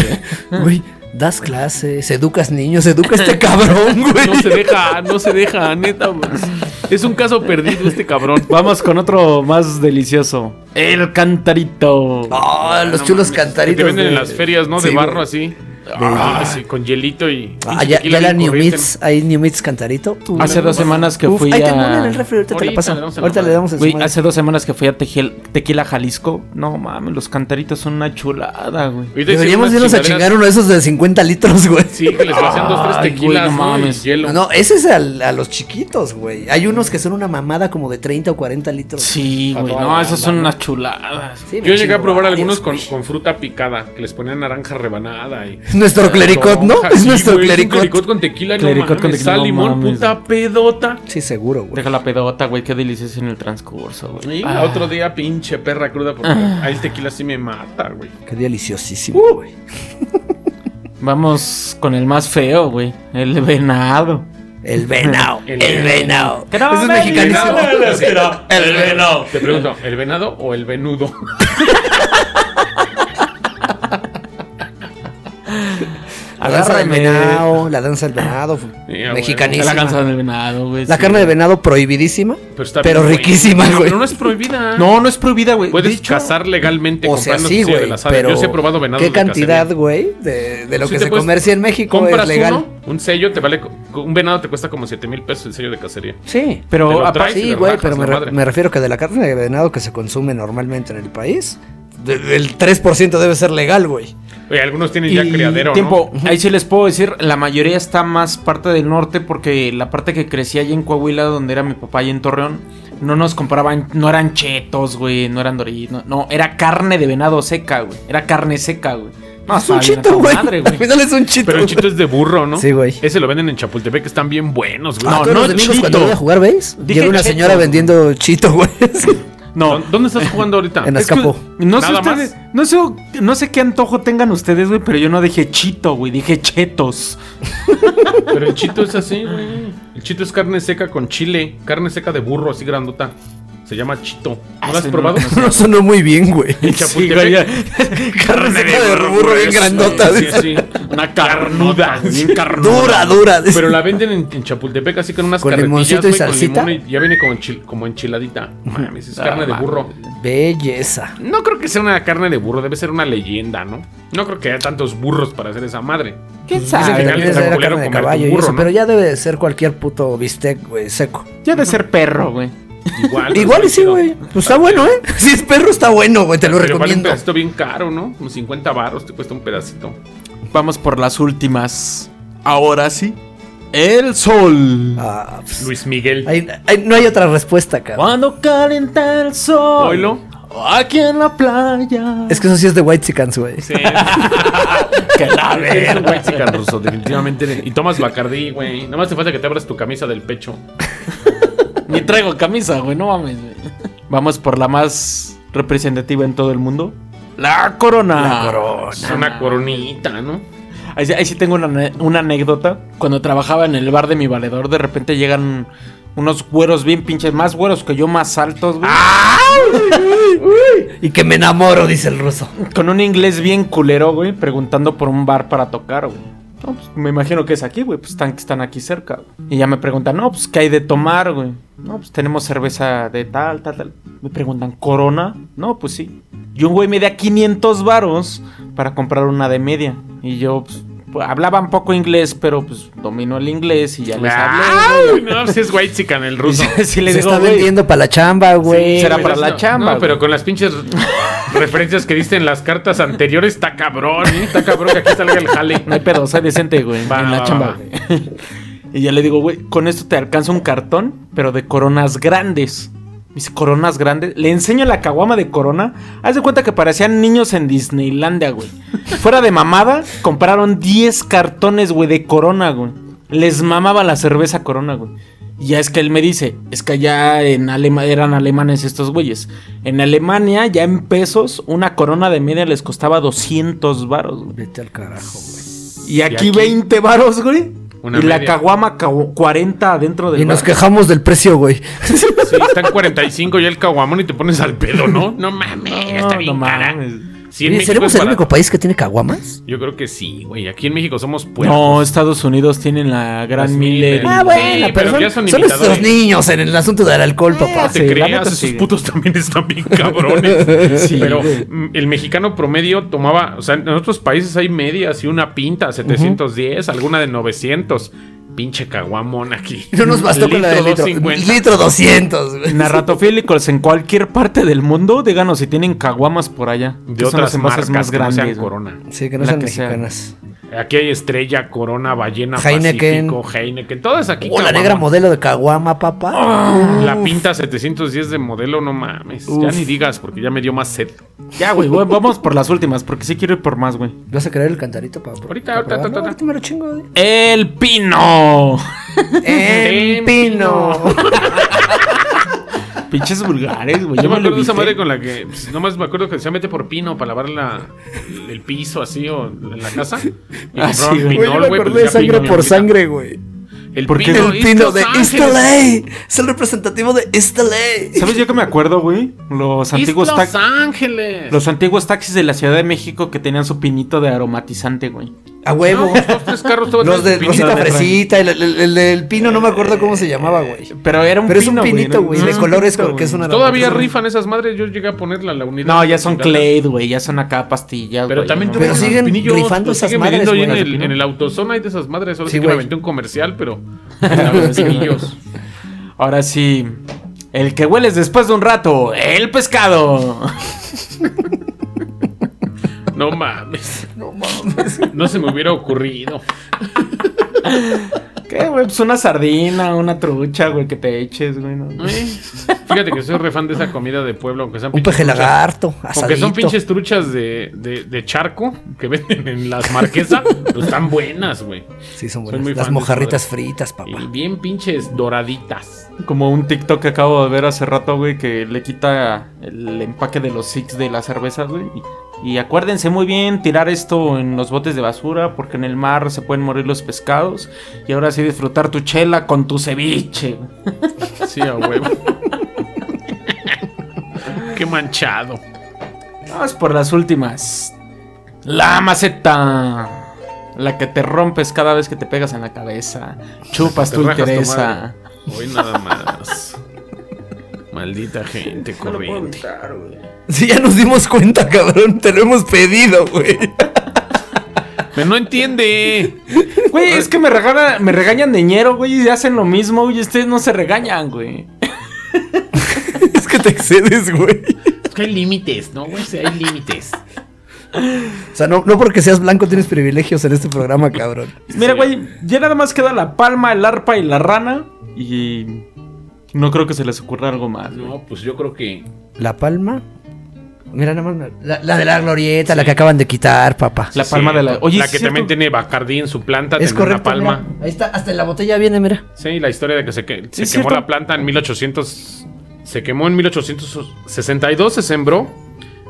Speaker 2: güey.
Speaker 3: Güey, das clases, educas niños, educa a este cabrón, güey.
Speaker 1: No se deja, no se deja, neta. güey. Es un caso perdido este cabrón.
Speaker 2: Vamos con otro más delicioso. El cantarito.
Speaker 3: Ah, los
Speaker 1: No
Speaker 3: chulos
Speaker 1: mames,
Speaker 3: cantaritos.
Speaker 1: que Te venden en
Speaker 3: de-
Speaker 1: las ferias, ¿no?
Speaker 3: Sí,
Speaker 1: de barro
Speaker 3: güey.
Speaker 1: así. Ah, sí, con hielito y.
Speaker 3: Ah, ya,
Speaker 1: tequila
Speaker 3: ya la
Speaker 1: bien
Speaker 3: New
Speaker 1: corriente,
Speaker 3: Meats, ahí New Meats cantarito.
Speaker 2: Hace dos semanas que
Speaker 3: Uf,
Speaker 2: fui
Speaker 3: ahí
Speaker 2: a...
Speaker 3: tengo una en el refri, ahorita te
Speaker 1: Ahorita
Speaker 3: la paso.
Speaker 1: le damos el
Speaker 3: Ahorita le
Speaker 1: nombre.
Speaker 3: damos el
Speaker 2: Güey, hace dos semanas que fui a Tejel- Tequila, Jalisco. No mames, los cantaritos son una chulada, güey.
Speaker 1: ¿no? Ahorita hicieron
Speaker 3: Deberíamos
Speaker 1: unas
Speaker 3: irnos a
Speaker 1: chingaderas-
Speaker 3: chingar uno de esos de 50 litros, güey.
Speaker 1: Sí, que les hacían dos, tres
Speaker 2: Ay, güey,
Speaker 1: tequilas,
Speaker 2: no
Speaker 1: ¿no?
Speaker 2: mames.
Speaker 1: Y hielo.
Speaker 3: No, ese es al- a los chiquitos, güey. Hay unos que son una mamada como de 30 o 40 litros.
Speaker 2: Sí, güey.
Speaker 1: toda
Speaker 2: Ah, No,
Speaker 1: la
Speaker 2: esas son unas chuladas.
Speaker 3: Sí, me
Speaker 1: Yo llegué a
Speaker 3: chingo
Speaker 1: probar
Speaker 3: varios,
Speaker 1: algunos con,
Speaker 3: güey.
Speaker 1: con fruta picada, que les ponían naranja rebanada y.
Speaker 3: Nuestro clericot, ¿no?
Speaker 1: toronja.
Speaker 3: Es
Speaker 1: Sí,
Speaker 3: nuestro
Speaker 1: güey, es un
Speaker 3: clericot.
Speaker 1: con tequila,
Speaker 2: Clericot
Speaker 1: no
Speaker 2: con
Speaker 1: mames,
Speaker 2: tequila,
Speaker 1: sal,
Speaker 2: no
Speaker 1: limón,
Speaker 2: mames.
Speaker 1: puta pedota.
Speaker 3: Sí, seguro, güey.
Speaker 2: Deja la pedota, güey. Qué delicioso en el transcurso, güey. Ah,
Speaker 1: Y otro día, pinche perra cruda, porque ahí el tequila sí me mata, güey.
Speaker 3: Qué deliciosísimo, Uh, güey.
Speaker 2: Vamos con el más feo, güey. El venado.
Speaker 3: El venao,
Speaker 1: El
Speaker 3: el,
Speaker 1: venao.
Speaker 3: venao.
Speaker 2: Que no
Speaker 3: Eso es
Speaker 2: me
Speaker 3: mexicanísimo.
Speaker 2: digas.
Speaker 1: El venado. Te pregunto, ¿el venado o el venudo?
Speaker 3: La danza del
Speaker 2: Agárrame.
Speaker 3: venado, la danza del venado, fu-
Speaker 1: güey.
Speaker 3: mexicanísima.
Speaker 2: La canción del venado, güey.
Speaker 3: La
Speaker 2: sí.
Speaker 3: carne de venado prohibidísima, pero,
Speaker 1: está bien, güey.
Speaker 3: riquísima, güey.
Speaker 1: Pero no es prohibida.
Speaker 2: No, no es prohibida, güey.
Speaker 1: Puedes
Speaker 2: De hecho,
Speaker 1: cazar legalmente
Speaker 3: o sea,
Speaker 1: comprando
Speaker 3: sí,
Speaker 1: cuchillo de
Speaker 3: güey,
Speaker 1: las hadas.
Speaker 3: pero
Speaker 1: Yo sí he probado venado
Speaker 3: qué cantidad, güey, de, de lo que se comercia en México
Speaker 1: compras
Speaker 3: es legal.
Speaker 1: Uno, un sello te vale. co- Un venado te cuesta como 7 mil pesos el sello de cacería.
Speaker 3: Sí,
Speaker 1: Te lo
Speaker 2: Pero
Speaker 1: traes
Speaker 2: aparte,
Speaker 1: y
Speaker 3: sí,
Speaker 1: le
Speaker 3: güey,
Speaker 1: rajas
Speaker 3: pero
Speaker 1: la
Speaker 3: me, re-
Speaker 1: madre.
Speaker 3: me refiero que de la carne de venado que se consume normalmente en el país, de- del 3% debe ser legal, güey.
Speaker 1: Oye, algunos tienen ya
Speaker 2: y
Speaker 1: criadero. ¿no?
Speaker 2: tiempo, ahí sí les puedo decir, la mayoría está más parte del norte porque la parte que crecí allá en Coahuila, donde era mi papá y en Torreón, no nos compraban, no eran chetos, güey, no eran doritos, no, no, era carne de venado seca, güey, era carne seca, güey. No,
Speaker 3: es
Speaker 2: estaba bien
Speaker 3: un
Speaker 2: a
Speaker 3: chito,
Speaker 2: toda
Speaker 3: güey.
Speaker 2: madre,
Speaker 3: Al final es un chito.
Speaker 1: Pero el
Speaker 3: güey.
Speaker 1: chito es de burro, ¿no?
Speaker 3: Sí, güey.
Speaker 1: Ese lo venden en Chapultepec, están bien buenos, güey.
Speaker 3: Ah,
Speaker 2: No,
Speaker 3: todos los
Speaker 2: no
Speaker 3: domingos cuando
Speaker 2: chito.
Speaker 3: voy a jugar, ¿veis?
Speaker 2: Dije
Speaker 3: Llega una
Speaker 2: cheto.
Speaker 3: señora vendiendo chito, güey.
Speaker 1: No. ¿Dónde estás jugando ahorita?
Speaker 3: En
Speaker 2: Es que
Speaker 3: Escapó.
Speaker 2: No sé
Speaker 1: Nada
Speaker 2: ustedes, no sé, no sé qué antojo tengan ustedes, güey, pero yo no dije chito, güey, dije chetos.
Speaker 1: Pero el chito es así, güey. El chito es carne seca con chile, carne seca de burro así grandota. Se llama chito. ¿No lo has
Speaker 5: sí, no,
Speaker 1: probado?
Speaker 5: no
Speaker 3: Ah, No sonó muy bien, güey.
Speaker 1: En Chapultepec.
Speaker 3: Carne seca de burro bien
Speaker 1: es-
Speaker 3: grandota.
Speaker 1: sí,
Speaker 3: dice.
Speaker 1: sí. Una carnuda. Bien carnuda.
Speaker 3: Dura, dura. dice.
Speaker 1: Pero la venden en, en Chapultepec así con unas
Speaker 3: ¿Con
Speaker 1: carretillas,
Speaker 3: limoncito y
Speaker 1: güey, con
Speaker 3: salsita? Ah,
Speaker 1: limón y ya viene como, enchil- como enchiladita. Mames, es carne de burro.
Speaker 3: Belleza.
Speaker 1: No creo que sea una carne de burro, debe ser una leyenda, ¿no? No creo que haya tantos burros para hacer esa madre.
Speaker 5: ¿Quién
Speaker 1: Dicen que
Speaker 5: sabe?
Speaker 1: también
Speaker 3: También
Speaker 1: está
Speaker 3: era
Speaker 1: culero
Speaker 3: carne de
Speaker 1: comer tu
Speaker 3: caballo y
Speaker 1: burro,
Speaker 3: eso,
Speaker 1: ¿no?
Speaker 3: pero ya debe de ser cualquier puto bistec, güey, seco.
Speaker 5: Ya de ser perro, güey.
Speaker 1: Igual.
Speaker 3: Igual y sí,
Speaker 1: chido.
Speaker 3: güey. Pues está bueno, ¿eh? Si es perro, está bueno, güey, te lo
Speaker 1: Pero vale un
Speaker 3: recomiendo.
Speaker 1: pedacito bien caro, ¿no? Como 50 baros te cuesta un pedacito.
Speaker 2: Vamos por las últimas. Ahora sí. El sol.
Speaker 3: Ah, pues,
Speaker 1: Luis Miguel.
Speaker 3: ahí- ahí no hay otra respuesta, cabrón.
Speaker 2: Cuando calienta el sol.
Speaker 1: Oilo.
Speaker 2: Aquí en la playa.
Speaker 3: Es que eso sí es de White Sicans, güey.
Speaker 1: Sí. Eres un white chican ruso, definitivamente. eres. Y tomas Bacardí, güey. Nada más te falta que te abras tu camisa del pecho.
Speaker 2: Ni traigo camisa, güey, no mames. güey. Vamos por la más representativa en todo el mundo. La corona.
Speaker 1: Es
Speaker 2: Ah,
Speaker 1: una coronita, ¿no?
Speaker 2: Ahí, sí- ahí sí tengo una, ane- una anécdota. Cuando trabajaba en el bar de mi valedor, de repente llegan unos güeros bien pinches, más güeros que yo, más altos, güey.
Speaker 3: Y que me enamoro, dice el ruso.
Speaker 2: Con un inglés bien culero, güey, preguntando por un bar para tocar, güey. No, pues, me imagino que es aquí, güey, pues están, están aquí cerca. güey. Y ya me preguntan, no, pues, ¿qué hay de tomar, güey? No, pues tenemos cerveza de tal, tal, tal. Me preguntan, ¿corona? No, pues sí. Y un güey me da 500 varos para comprar una de media. Y yo, pues, pues, hablaba un poco inglés, pero pues domino el inglés y ya les hablé.
Speaker 1: Ay, Ah, no, si es white chican el ruso.
Speaker 2: Y sí le
Speaker 3: Ah. Se
Speaker 2: digo,
Speaker 3: está
Speaker 2: "Güey,
Speaker 3: vendiendo para la chamba, güey.
Speaker 2: será
Speaker 1: Pero
Speaker 2: para la
Speaker 1: no,
Speaker 2: chamba,
Speaker 1: No, pero
Speaker 2: güey.
Speaker 1: con las pinches referencias que diste en las cartas anteriores, está cabrón, ¿eh? Está cabrón que aquí salga el jale.
Speaker 2: No hay pedo, soy decente, güey.
Speaker 1: Va,
Speaker 2: en la
Speaker 1: va,
Speaker 2: chamba,
Speaker 1: va.
Speaker 2: güey. Y ya le digo, güey, con esto te alcanza un cartón, pero de coronas grandes. Me dice, coronas grandes. Le enseño la caguama de corona. Haz de cuenta que parecían niños en Disneylandia, güey. Fuera de mamada, compraron 10 cartones, güey, de corona, güey. Les mamaba la cerveza corona, güey. Y ya es que él me dice, es que allá en Alema eran alemanes estos güeyes. En Alemania, ya en pesos, una corona de media les costaba 200 varos, güey.
Speaker 3: Vete al carajo, güey.
Speaker 2: Y aquí,
Speaker 1: aquí,
Speaker 2: 20 varos, güey.
Speaker 1: Una
Speaker 2: y la
Speaker 1: media.
Speaker 2: caguama cagu- 40 adentro
Speaker 1: Pues
Speaker 2: del
Speaker 3: Y nos
Speaker 2: bar.
Speaker 3: quejamos del precio, güey.
Speaker 1: Sí, está en 45 ya el caguamón y te pones al pedo, ¿no? No mames, está
Speaker 2: No,
Speaker 1: bien
Speaker 2: no
Speaker 1: cara.
Speaker 2: mames.
Speaker 1: Sí, en
Speaker 3: Oye,
Speaker 1: México
Speaker 3: ¿Seremos
Speaker 1: es
Speaker 3: el único
Speaker 1: barato.
Speaker 3: país que tiene caguamas?
Speaker 1: Yo creo que sí, güey. Aquí en México somos puercos.
Speaker 2: No, Estados Unidos tienen la Gran
Speaker 1: Las Miller.
Speaker 2: Miller. y-
Speaker 3: Pues, Ah, bueno,
Speaker 1: Sí,
Speaker 3: pero,
Speaker 1: Pues pero
Speaker 3: son,
Speaker 1: ya son
Speaker 3: son
Speaker 1: imitadores.
Speaker 3: estos niños en el asunto del alcohol, papá.
Speaker 1: te
Speaker 2: sí, la
Speaker 1: creas,
Speaker 2: neta
Speaker 1: esos
Speaker 2: sí.
Speaker 1: putos también están bien cabrones.
Speaker 2: Sí.
Speaker 1: Pero mm, el mexicano promedio tomaba, o sea, en otros países hay medias y una pinta, 710, alguna de 900. Pinche caguamón aquí.
Speaker 3: No nos bastó con la del litro.
Speaker 1: 250.
Speaker 3: Litro 200, güey.
Speaker 2: Narratofílicos en cualquier parte del mundo, díganos si tienen caguamas por allá.
Speaker 1: De
Speaker 2: que son
Speaker 1: otras
Speaker 2: las
Speaker 1: marcas
Speaker 2: envases
Speaker 1: más grandes,
Speaker 2: grandes, güey.
Speaker 1: Corona.
Speaker 3: Sí, que no
Speaker 2: La
Speaker 3: sean
Speaker 2: que sea.
Speaker 3: mexicanas.
Speaker 1: Aquí hay Estrella, Corona, Ballena,
Speaker 3: Heineken.
Speaker 1: Pacífico, Heineken, todas aquí.
Speaker 3: O Oh, la
Speaker 1: caguamón.
Speaker 3: negra modelo de caguama, papá.
Speaker 1: La pinta 710 de modelo, no mames. Ya ni digas, porque ya me dio más sed.
Speaker 2: Ya, güey, güey, vamos por las últimas, porque sí quiero ir por más, güey.
Speaker 3: ¿Vas a creer el cantarito, papá?
Speaker 1: Ahorita, ahorita, ahorita, ahorita.
Speaker 3: me lo chingo. güey.
Speaker 2: El pino.
Speaker 3: En pino.
Speaker 2: Pinches vulgares, güey.
Speaker 1: Yo me
Speaker 2: lo
Speaker 1: acuerdo de esa
Speaker 2: evité.
Speaker 1: madre con la que. pues, nomás me acuerdo que decía mete por pino para lavar la, el piso así o en la casa. Y
Speaker 2: Ah,
Speaker 1: compraban
Speaker 2: sí, güey.
Speaker 1: pinol, güey, pero decía pino, mi abuelita.
Speaker 3: güey.
Speaker 1: El
Speaker 2: ¿Por qué?
Speaker 1: pino,
Speaker 3: El pino de East
Speaker 1: East Los Ángeles.
Speaker 3: LA. Es el representativo de East LA.
Speaker 2: ¿Sabes yo que me acuerdo, güey? Los
Speaker 1: East
Speaker 2: antiguos
Speaker 1: Los
Speaker 2: taxis.
Speaker 1: Ángeles.
Speaker 2: Los antiguos taxis de la Ciudad de México que tenían su pinito de aromatizante, güey.
Speaker 3: A
Speaker 1: No,
Speaker 3: huevo.
Speaker 1: pues, dos, tres carros todos
Speaker 3: Los de
Speaker 1: tienen su
Speaker 3: Rosita
Speaker 1: pino.
Speaker 3: Fresita, el, el- el del pino, no me acuerdo cómo se llamaba, güey.
Speaker 2: Pero era un
Speaker 3: Pero es un
Speaker 2: pino,
Speaker 3: pinito,
Speaker 2: ¿no?
Speaker 3: güey,
Speaker 2: No,
Speaker 3: de
Speaker 2: un
Speaker 3: colores,
Speaker 2: pinito,
Speaker 3: con- que es una
Speaker 1: Todavía
Speaker 3: rifa
Speaker 1: rifan esas madres. Yo llegué a ponerla la unidad.
Speaker 2: No, ya son clay, güey. Ya son acá pastillas,
Speaker 1: Pero
Speaker 2: güey,
Speaker 1: también
Speaker 2: ¿no?
Speaker 1: tuve
Speaker 3: Pero
Speaker 1: unos
Speaker 3: siguen
Speaker 1: pinillos,
Speaker 3: rifando
Speaker 1: los
Speaker 3: esas
Speaker 1: siguen
Speaker 3: madres,
Speaker 1: vendiendo ahí
Speaker 3: güey,
Speaker 1: en el,
Speaker 2: pino.
Speaker 1: en el autozona hay de esas madres. Ahora sí,
Speaker 3: Sí,
Speaker 1: que me
Speaker 3: güey.
Speaker 1: aventé un comercial, pero. Los pinillos.
Speaker 2: Ahora sí. El que hueles después de un rato, el pescado.
Speaker 1: No mames. No mames. No se me hubiera ocurrido.
Speaker 2: ¿Qué, güey? Pues una sardina, una trucha, güey, que te eches, güey. ¿no?
Speaker 1: Eh, Fíjate que soy re fan de esa comida de pueblo, aunque sean
Speaker 3: Un
Speaker 1: pinches
Speaker 3: peje
Speaker 1: truchas.
Speaker 3: lagarto,
Speaker 1: Aunque
Speaker 3: asadito.
Speaker 1: son pinches truchas de, de- de charco que venden en las marquesas, pero están buenas, güey.
Speaker 3: Sí, son
Speaker 1: Soy muy
Speaker 3: buenas. Las
Speaker 1: fan de
Speaker 3: mojarritas
Speaker 1: esas
Speaker 3: fritas, papá.
Speaker 1: Y bien pinches doraditas.
Speaker 2: Como un TikTok que acabo de ver hace rato, güey, que le quita el empaque de los six de las cervezas, güey. y Y acuérdense muy bien tirar esto en los botes de basura porque en el mar se pueden morir los pescados. Y ahora sí disfrutar tu chela con tu ceviche.
Speaker 1: Sí, a huevo. Qué manchado.
Speaker 2: Vamos por las últimas. La maceta. La que te rompes cada vez que te pegas en la cabeza. Chupas
Speaker 1: Te
Speaker 2: tu
Speaker 1: rajas tu
Speaker 2: interesa.
Speaker 1: Hoy nada más. Maldita gente corriente.
Speaker 3: Si ya nos dimos cuenta, cabrón, te lo hemos pedido, güey.
Speaker 1: Pero no entiende.
Speaker 2: Güey, es que me, regala- me regañan de ñero, güey. Y hacen lo mismo, güey. Ustedes no se regañan, güey.
Speaker 3: Es que te excedes, güey.
Speaker 1: Es que hay límites, ¿no, güey? Sí, hay límites.
Speaker 3: O sea, no, no porque seas blanco tienes privilegios en este programa, cabrón.
Speaker 2: Mira, güey, ya nada más queda la palma, el arpa y la rana. Y no creo que se les ocurra algo más. güey.
Speaker 1: No, pues yo creo que.
Speaker 3: La palma. Mira nada más. La, la de la glorieta, la que acaban de quitar, papá.
Speaker 2: La palma de la. Oye,
Speaker 1: la
Speaker 2: sí
Speaker 1: que
Speaker 2: es cierto.
Speaker 1: también tiene Bacardí en su planta.
Speaker 3: es
Speaker 1: tiene
Speaker 3: correcto.
Speaker 1: Una palma.
Speaker 3: mira. Ahí está, hasta en la botella viene, mira.
Speaker 1: Sí, la historia de que se, que- se
Speaker 2: es
Speaker 1: quemó
Speaker 2: cierto.
Speaker 1: la planta en 1800. Se quemó en 1862, se sembró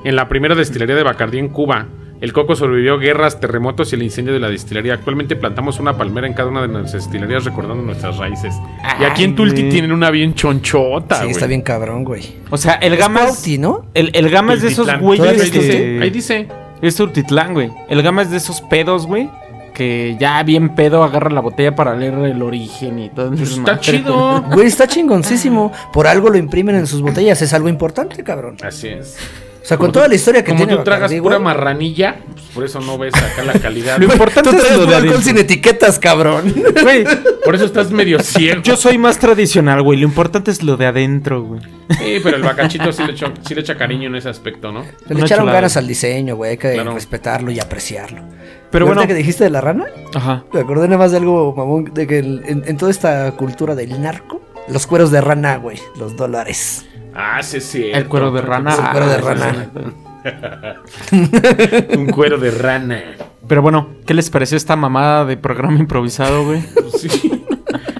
Speaker 1: en la primera destilería de Bacardí en Cuba. El coco sobrevivió guerras, terremotos y el incendio de la destilería. Actualmente plantamos una palmera en cada una de nuestras destilerías recordando nuestras raíces. y aquí en
Speaker 2: Ay,
Speaker 1: Tulti
Speaker 2: güey.
Speaker 1: tienen una bien chonchota,
Speaker 3: sí,
Speaker 1: güey.
Speaker 3: está bien cabrón, güey.
Speaker 2: O sea, el
Speaker 3: Es
Speaker 2: Gamas.
Speaker 3: Pauti, ¿no?
Speaker 2: El, el Gama es de esos
Speaker 1: Tultitlán.
Speaker 2: güeyes.
Speaker 1: Ahí
Speaker 3: que- Pues
Speaker 1: dice, ahí dice.
Speaker 2: Es Tultitlán, güey. El Gama es de esos pedos, güey. Que ya bien pedo agarra la botella para leer el origen y todo.
Speaker 1: Pues está chido.
Speaker 3: Güey, está chingoncísimo. Por algo lo imprimen en sus botellas. Es algo importante, cabrón.
Speaker 1: Así es.
Speaker 3: O sea, con toda la historia que
Speaker 1: Como
Speaker 3: tiene.
Speaker 1: tú tragas
Speaker 3: Bacardí,
Speaker 1: pura
Speaker 3: güey.
Speaker 1: marranilla, pues por eso no ves acá la calidad.
Speaker 2: Lo importante
Speaker 3: Tú
Speaker 2: es
Speaker 3: traes
Speaker 2: lo de
Speaker 3: puro alcohol
Speaker 2: adentro.
Speaker 3: sin etiquetas, cabrón.
Speaker 2: Güey,
Speaker 1: Por eso estás medio ciego.
Speaker 2: yo soy más tradicional, güey. Lo importante es lo de adentro, güey.
Speaker 1: Sí, pero el bacachito sí le, echó- sí le echa cariño en ese aspecto, ¿no?
Speaker 3: Le
Speaker 2: Una
Speaker 3: echaron
Speaker 2: chulada.
Speaker 3: ganas al diseño, güey. Hay que
Speaker 1: Claro.
Speaker 3: respetarlo y apreciarlo.
Speaker 2: Pero
Speaker 3: Pero bueno.
Speaker 2: bueno.
Speaker 3: que dijiste de la rana?
Speaker 2: Ajá.
Speaker 3: Me acordé nada más de algo, mamón, de que el- en, en toda esta cultura del narco, los cueros de rana, güey, los dólares.
Speaker 1: Ah, sí, sí.
Speaker 2: El cuero de rana.
Speaker 3: El cuero de
Speaker 2: Ah,
Speaker 3: rana.
Speaker 2: sí, sí.
Speaker 1: Un cuero de rana.
Speaker 2: Pero bueno, ¿qué les pareció esta mamada de programa improvisado, güey?
Speaker 1: Sí.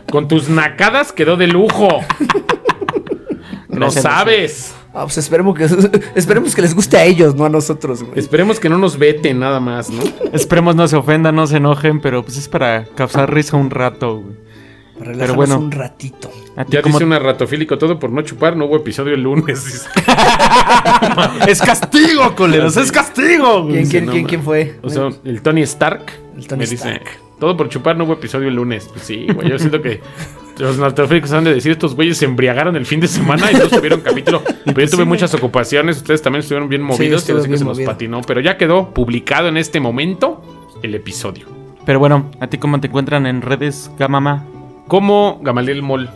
Speaker 1: Con tus nacadas quedó de lujo. No
Speaker 2: Gracias,
Speaker 1: sabes.
Speaker 3: Ah, pues esperemos que, esperemos que les guste a ellos, no a nosotros, güey.
Speaker 1: Esperemos que no nos veten nada más, ¿no?
Speaker 2: Esperemos no se ofendan, no se enojen, pero pues es para causar risa un rato, güey.
Speaker 3: Para relajarnos
Speaker 2: bueno.
Speaker 3: un ratito.
Speaker 2: ¿A ti
Speaker 1: Ya
Speaker 2: cómo-
Speaker 1: dice una ratofílico todo por no chupar, no hubo episodio el lunes. dice.
Speaker 2: Es castigo, coleros, ¡Pues es castigo, güey.
Speaker 3: ¿Quién, quién,
Speaker 1: no,
Speaker 3: quién,
Speaker 1: man.
Speaker 3: quién fue?
Speaker 1: O sea, el Tony Stark.
Speaker 3: El Tony
Speaker 1: me dice,
Speaker 3: Stark.
Speaker 1: Todo por chupar, no hubo episodio el lunes. Pues sí, güey. Yo siento que los narcotráficos han de decir, estos güeyes se embriagaron el fin de semana y no subieron capítulo. Pero yo tuve muchas ocupaciones, ustedes también estuvieron bien movidos,
Speaker 3: pues estuve
Speaker 1: y así que
Speaker 3: bien
Speaker 1: se nos
Speaker 3: movido.
Speaker 1: patinó. Pero ya quedó publicado en este momento el episodio.
Speaker 2: Pero bueno, ¿a ti cómo te encuentran en redes, Gamama?
Speaker 1: Como Gamaliel Mol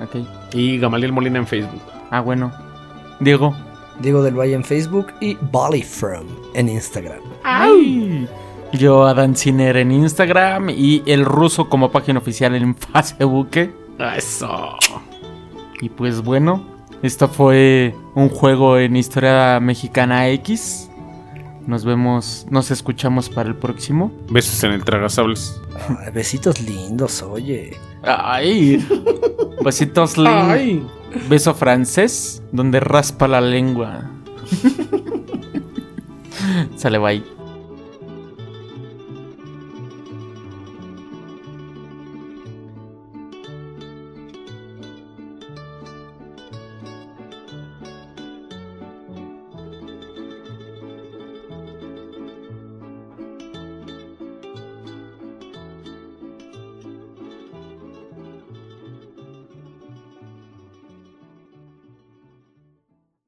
Speaker 2: Ok.
Speaker 1: y Gamaliel Molina en Facebook.
Speaker 2: Ah, bueno. Diego.
Speaker 3: Diego del Valle en Facebook y Ballyfrom en Instagram.
Speaker 2: Ay. Yo, Adán Ciner en Instagram y El Ruso como página oficial en Facebook.
Speaker 1: Eso.
Speaker 2: Y pues bueno, esto fue un juego en Historia Mexicana X. Nos vemos, nos escuchamos para el próximo.
Speaker 1: Besos en el tragasables.
Speaker 3: Ay, Ah, besitos lindos, oye.
Speaker 2: Ay. Besitos Lin. Beso francés donde raspa la lengua. Sale bye.